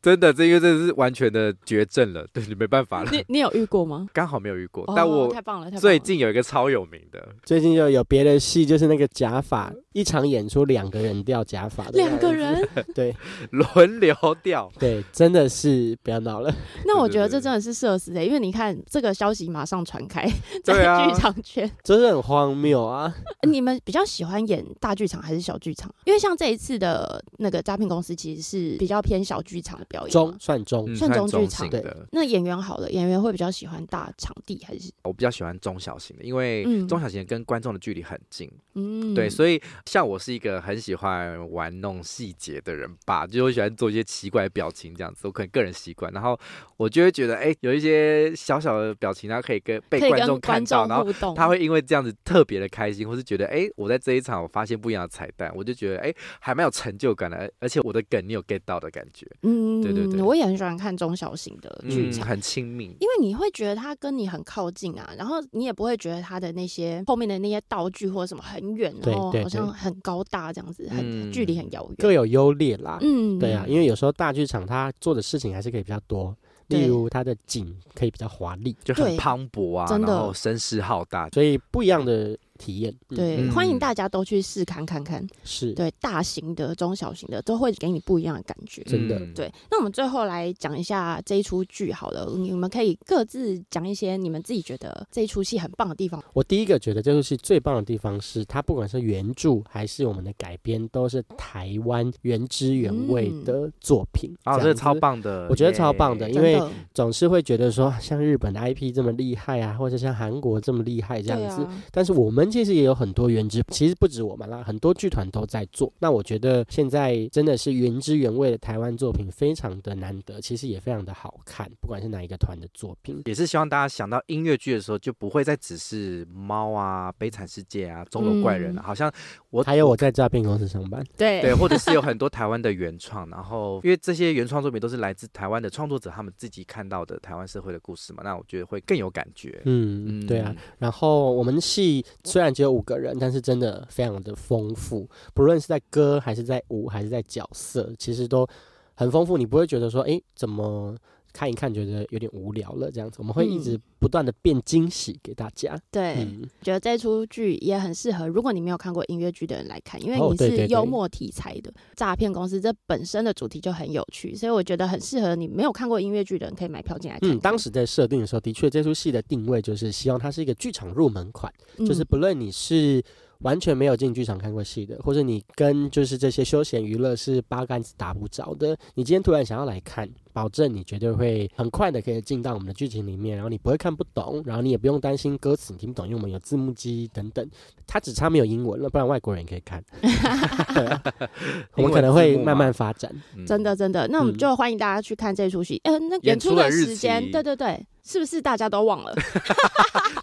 Speaker 2: 真的，这个真的是完全的绝症了， 对你没办法了。
Speaker 1: 你你有遇过吗？
Speaker 2: 刚好没有遇过，但
Speaker 1: 哦、
Speaker 2: 我
Speaker 1: 太棒了，太棒了
Speaker 2: 最近有一个超有名的，
Speaker 3: 最近就有别的戏，就是那个假发，一场演出两个人掉假发的，
Speaker 1: 两个， 人，
Speaker 3: 对
Speaker 2: 轮流掉，
Speaker 3: 对，真的是不要闹了。
Speaker 1: 那我觉得
Speaker 2: 对对
Speaker 1: 这真的是社死欸的、因为你看这个消息马上传开 在
Speaker 2: 对啊
Speaker 1: 剧场圈、
Speaker 3: 真的很荒谬啊！
Speaker 1: 你们比较喜欢演大剧场还是小剧场？啊因为像这一次的那个诈骗公司其实是比较偏小剧场的表演嘛
Speaker 3: 中算中，
Speaker 2: 嗯，
Speaker 1: 算中
Speaker 2: 中
Speaker 1: 剧场
Speaker 2: 型的。
Speaker 1: 那演员好了，演员会比较喜欢大场地还是
Speaker 2: 我比较喜欢中小型的，因为
Speaker 1: 嗯
Speaker 2: 中小型的跟观众的距离很近，
Speaker 1: 嗯
Speaker 2: 对，所以像我是一个很喜欢玩弄细节的人吧，就会喜欢做一些奇怪的表情这样子，我可能个人习惯，然后我就会觉得，哎、有一些小小的表情，然后可以跟被
Speaker 1: 可以
Speaker 2: 观
Speaker 1: 跟
Speaker 2: 众
Speaker 1: 观
Speaker 2: 看到，
Speaker 1: 众
Speaker 2: 然后
Speaker 1: 互动，
Speaker 2: 他会因为这样子特别的开心，或是觉得哎、诶我在这一场我发现不一样的彩蛋，我就觉得哎、诶还蛮有成就感的，而而且我的梗你有 get 到的感觉，
Speaker 1: 嗯，
Speaker 2: 对对对
Speaker 1: 我也很喜欢看中小型的剧
Speaker 2: 嗯，
Speaker 1: 场。
Speaker 2: 很亲密。
Speaker 1: 因为你会觉得他跟你很靠近啊，然后你也不会觉得他的那些后面的那些道具或者什么很远，
Speaker 3: 对
Speaker 1: 然后
Speaker 3: 对
Speaker 1: 好像很高大这样子，很
Speaker 2: 嗯
Speaker 1: 距离很遥
Speaker 3: 各
Speaker 1: 远。
Speaker 3: 有优劣啦。
Speaker 1: 嗯，
Speaker 3: 对啊，因为有时候大剧场它做的事情还是可以比较多，
Speaker 1: 对
Speaker 3: 例如它的景可以比较华丽，
Speaker 2: 就
Speaker 1: 对
Speaker 2: 很磅礴啊，
Speaker 1: 真的
Speaker 2: 然后声势浩大，
Speaker 3: 所以不一样的体验。嗯
Speaker 1: 对，
Speaker 2: 嗯
Speaker 1: 欢迎大家都去试看看看。
Speaker 3: 是
Speaker 1: 对，大型的、中小型的都会给你不一样的感觉。
Speaker 3: 真的
Speaker 2: 嗯，
Speaker 1: 对，那我们最后来讲一下这一出剧好了，你们可以各自讲一些你们自己觉得这一出戏很棒的地方。
Speaker 3: 我第一个觉得这部戏最棒的地方是，它不管是原著还是我们的改编，都是台湾原汁原味
Speaker 1: 嗯
Speaker 3: 的作品。
Speaker 2: 啊，
Speaker 3: 这
Speaker 2: 这个
Speaker 3: 样子
Speaker 2: 超，棒的，
Speaker 3: 我觉得
Speaker 2: 耶
Speaker 3: 超棒的，因
Speaker 1: 真
Speaker 3: 为
Speaker 1: 的，
Speaker 3: 总是会觉得说啊像日本的 IP 这么厉害啊，或者像韩国这么厉害这
Speaker 1: 对
Speaker 3: 样子，
Speaker 1: 啊，
Speaker 3: 但是我们其实也有很多原汁，其实不止我们啦，很多剧团都在做。那我觉得现在真的是原汁原味的台湾作品非常的难得，其实也非常的好看，不管是哪一个团的作品。
Speaker 2: 也是希望大家想到音乐剧的时候，就不会再只是猫啊、悲惨世界啊、钟楼怪人、啊
Speaker 1: 嗯
Speaker 2: 好像我
Speaker 3: 还有我在诈骗公司上班，
Speaker 1: 对
Speaker 2: 对，或者 是有很多台湾的原创，然后因为这些原创作品都是来自台湾的创作者他们自己看到的台湾社会的故事嘛，那我觉得会更有感觉。
Speaker 3: 嗯，对啊，，然后我们戏虽然只有五个人，但是真的非常的丰富，不论是在歌还是在舞还是在角色，其实都很丰富。你不会觉得说，哎，怎么看一看觉得有点无聊了这样子？我们会一直
Speaker 1: 嗯
Speaker 3: 不断的变惊喜给大家。
Speaker 1: 对，
Speaker 3: 嗯，
Speaker 1: 觉得这出剧也很适合，如果你没有看过音乐剧的人来看，因为
Speaker 3: 哦
Speaker 1: 你
Speaker 3: 对
Speaker 1: 是
Speaker 3: 对对
Speaker 1: 幽默题材的诈骗公司，这本身的主题就很有趣，所以我觉得很适合你没有看过音乐剧的人可以买票进来看看。
Speaker 3: 嗯，当时在设定的时候，的确这出戏的定位就是希望它是一个剧场入门款。就是
Speaker 1: 嗯
Speaker 3: 不论你是完全没有进剧场看过戏的，或者你跟就是这些休闲娱乐是八竿子打不着的，你今天突然想要来看，保证你绝对会很快的可以进到我们的剧情里面，然后你不会看不懂，然后你也不用担心歌词你听不懂，因为我们有字幕机等等。它只差没有英文了，不然外国人也可以 看。 我们可能会慢慢发展。
Speaker 2: 嗯
Speaker 1: 真 的真的，那我们
Speaker 3: 嗯
Speaker 1: 就欢迎大家去看这出戏。嗯、那
Speaker 2: 演
Speaker 1: 出
Speaker 2: 出
Speaker 1: 的
Speaker 2: 的日
Speaker 1: 时间，
Speaker 2: 期
Speaker 1: 对对对，是不是大家都忘了？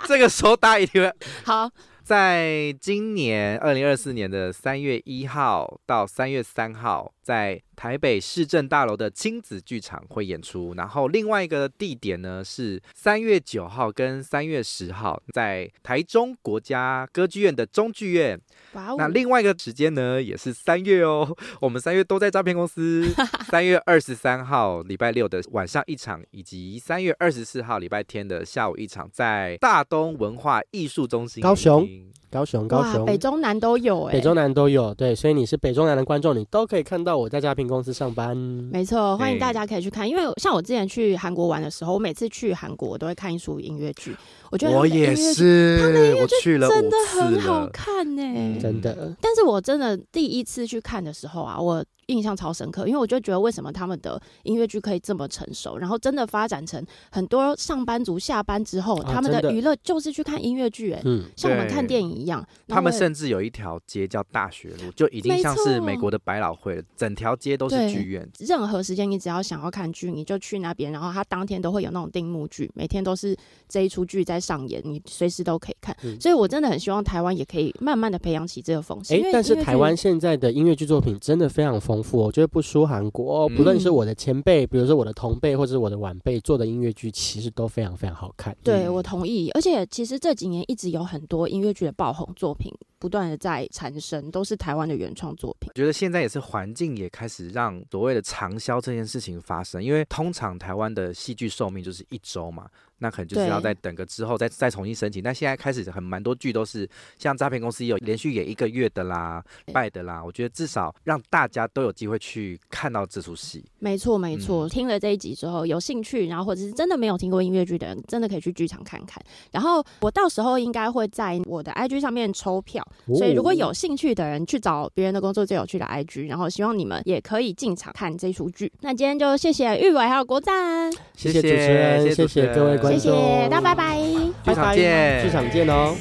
Speaker 2: 这个时候大家一定会
Speaker 1: 好，
Speaker 2: 在今年二零二四年的三月一号到三月三号，在台北市政大楼的亲子剧场会演出。然后另外一个地点呢是三月九号跟三月十号，在台中国家歌剧院的中剧院。
Speaker 1: 哇哦，
Speaker 2: 那另外一个时间呢，也是三月哦。 我们三月都在诈骗公司。 三月二十三号礼拜六的晚上一场，以及三月二十四号礼拜天的下午一场，在大东文化艺术中心。
Speaker 3: 高雄。高雄，高
Speaker 1: 哇，
Speaker 3: 雄，
Speaker 1: 北中南都有哎、
Speaker 3: 北中南都有，对，所以你是北中南的观众，你都可以看到我在诈骗公司上班。
Speaker 1: 没错，欢迎
Speaker 2: 对
Speaker 1: 大家可以去
Speaker 3: 嗯
Speaker 1: 看，因为像我之前去韩国玩的时候，我每次去韩国我都会看一出音乐剧，我觉得他
Speaker 2: 我
Speaker 1: 们的
Speaker 2: 也
Speaker 1: 音乐剧
Speaker 2: 是，我去了
Speaker 1: 真
Speaker 2: 五
Speaker 1: 的
Speaker 2: 次
Speaker 1: 很好
Speaker 2: 了。
Speaker 1: 看呢、哎
Speaker 2: 嗯
Speaker 3: 真的，
Speaker 1: 但是我真的第一次去看的时候啊，我印象超深刻，因为我就觉得为什么他们的音乐剧可以这么成熟，然后真的发展成很多上班族下班之后，
Speaker 3: 啊
Speaker 1: 他们
Speaker 3: 真
Speaker 1: 的
Speaker 3: 的
Speaker 1: 娱乐就是去看音乐剧、哎、
Speaker 3: 嗯，
Speaker 1: 像我们看
Speaker 2: 对
Speaker 1: 电影一样。然
Speaker 2: 他
Speaker 1: 后
Speaker 2: 们
Speaker 1: 我也
Speaker 2: 甚至有一条街叫大学路，就已经
Speaker 1: 没
Speaker 2: 像是美
Speaker 1: 错
Speaker 2: 国的百老汇了，整条街都是
Speaker 1: 对
Speaker 2: 剧院。
Speaker 1: 任何时间，你只要想要看剧，你就去那边，然后他当天都会有那种定目剧，每天都是这一出剧在上演，你随时都可以看。
Speaker 3: 嗯
Speaker 1: 所以我真的很希望台湾也可以慢慢的培养起这个风气。
Speaker 3: 哎
Speaker 1: 因为，
Speaker 3: 但是
Speaker 1: 音乐剧
Speaker 3: 台湾现在的音乐剧作品真的非常丰富哦，我觉得不输韩国哦。
Speaker 2: 嗯
Speaker 3: 不论是我的前辈，比如说我的同辈，或者是我的晚辈做的音乐剧，其实都非常非常好看。
Speaker 1: 对
Speaker 2: 嗯
Speaker 1: 我同意，而且其实这几年一直有很多音乐剧的爆红作品不断的在产生，都是台湾的原创作品。
Speaker 2: 我觉得现在也是环境也开始让所谓的长销这件事情发生，因为通常台湾的戏剧寿命就是一周嘛，那可能就是
Speaker 1: 对
Speaker 2: 要再等个之后再再重新申请。但现在开始很蛮多剧都是像诈骗公司有连续演一个月的啦、
Speaker 1: 对
Speaker 2: 拜的啦，我觉得至少让大家都有机会去看到这出戏。
Speaker 1: 没错，没
Speaker 3: 嗯
Speaker 1: 错。听了这一集之后，有兴趣，然后或者是真的没有听过音乐剧的人，真的可以去剧场看看。然后我到时候应该会在我的 IG 上面抽票，
Speaker 3: 哦
Speaker 1: 所以如果有兴趣的人去找别人的工作最有趣的 IG，然后希望你们也可以进场看这出剧。那今天就谢谢玉伟还有国赞，
Speaker 3: 谢谢主持人
Speaker 2: 谢
Speaker 3: 谢谢各位观
Speaker 1: 谢
Speaker 3: 众
Speaker 1: 谢大家，拜拜。
Speaker 2: 剧
Speaker 3: 拜
Speaker 2: 场
Speaker 3: 拜
Speaker 2: 见，
Speaker 3: 剧场见哦。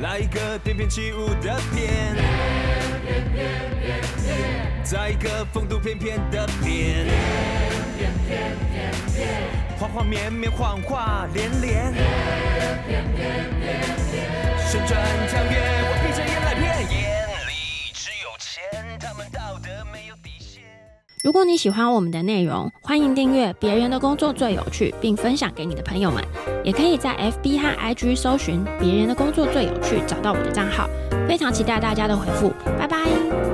Speaker 4: 来一个翩翩起舞的翩，再一个风度翩翩的翩，花花绵绵谎话连连，旋转跳跃，我闭着眼来骗，眼里只有钱，他们道德没有底线。
Speaker 1: 如果你喜欢我们的内容，欢迎订阅《别人的工作最有趣》，并分享给你的朋友们。也可以在 FB 和 IG 搜寻“别人的工作最有趣”，找到我的账号。非常期待大家的回复，拜拜。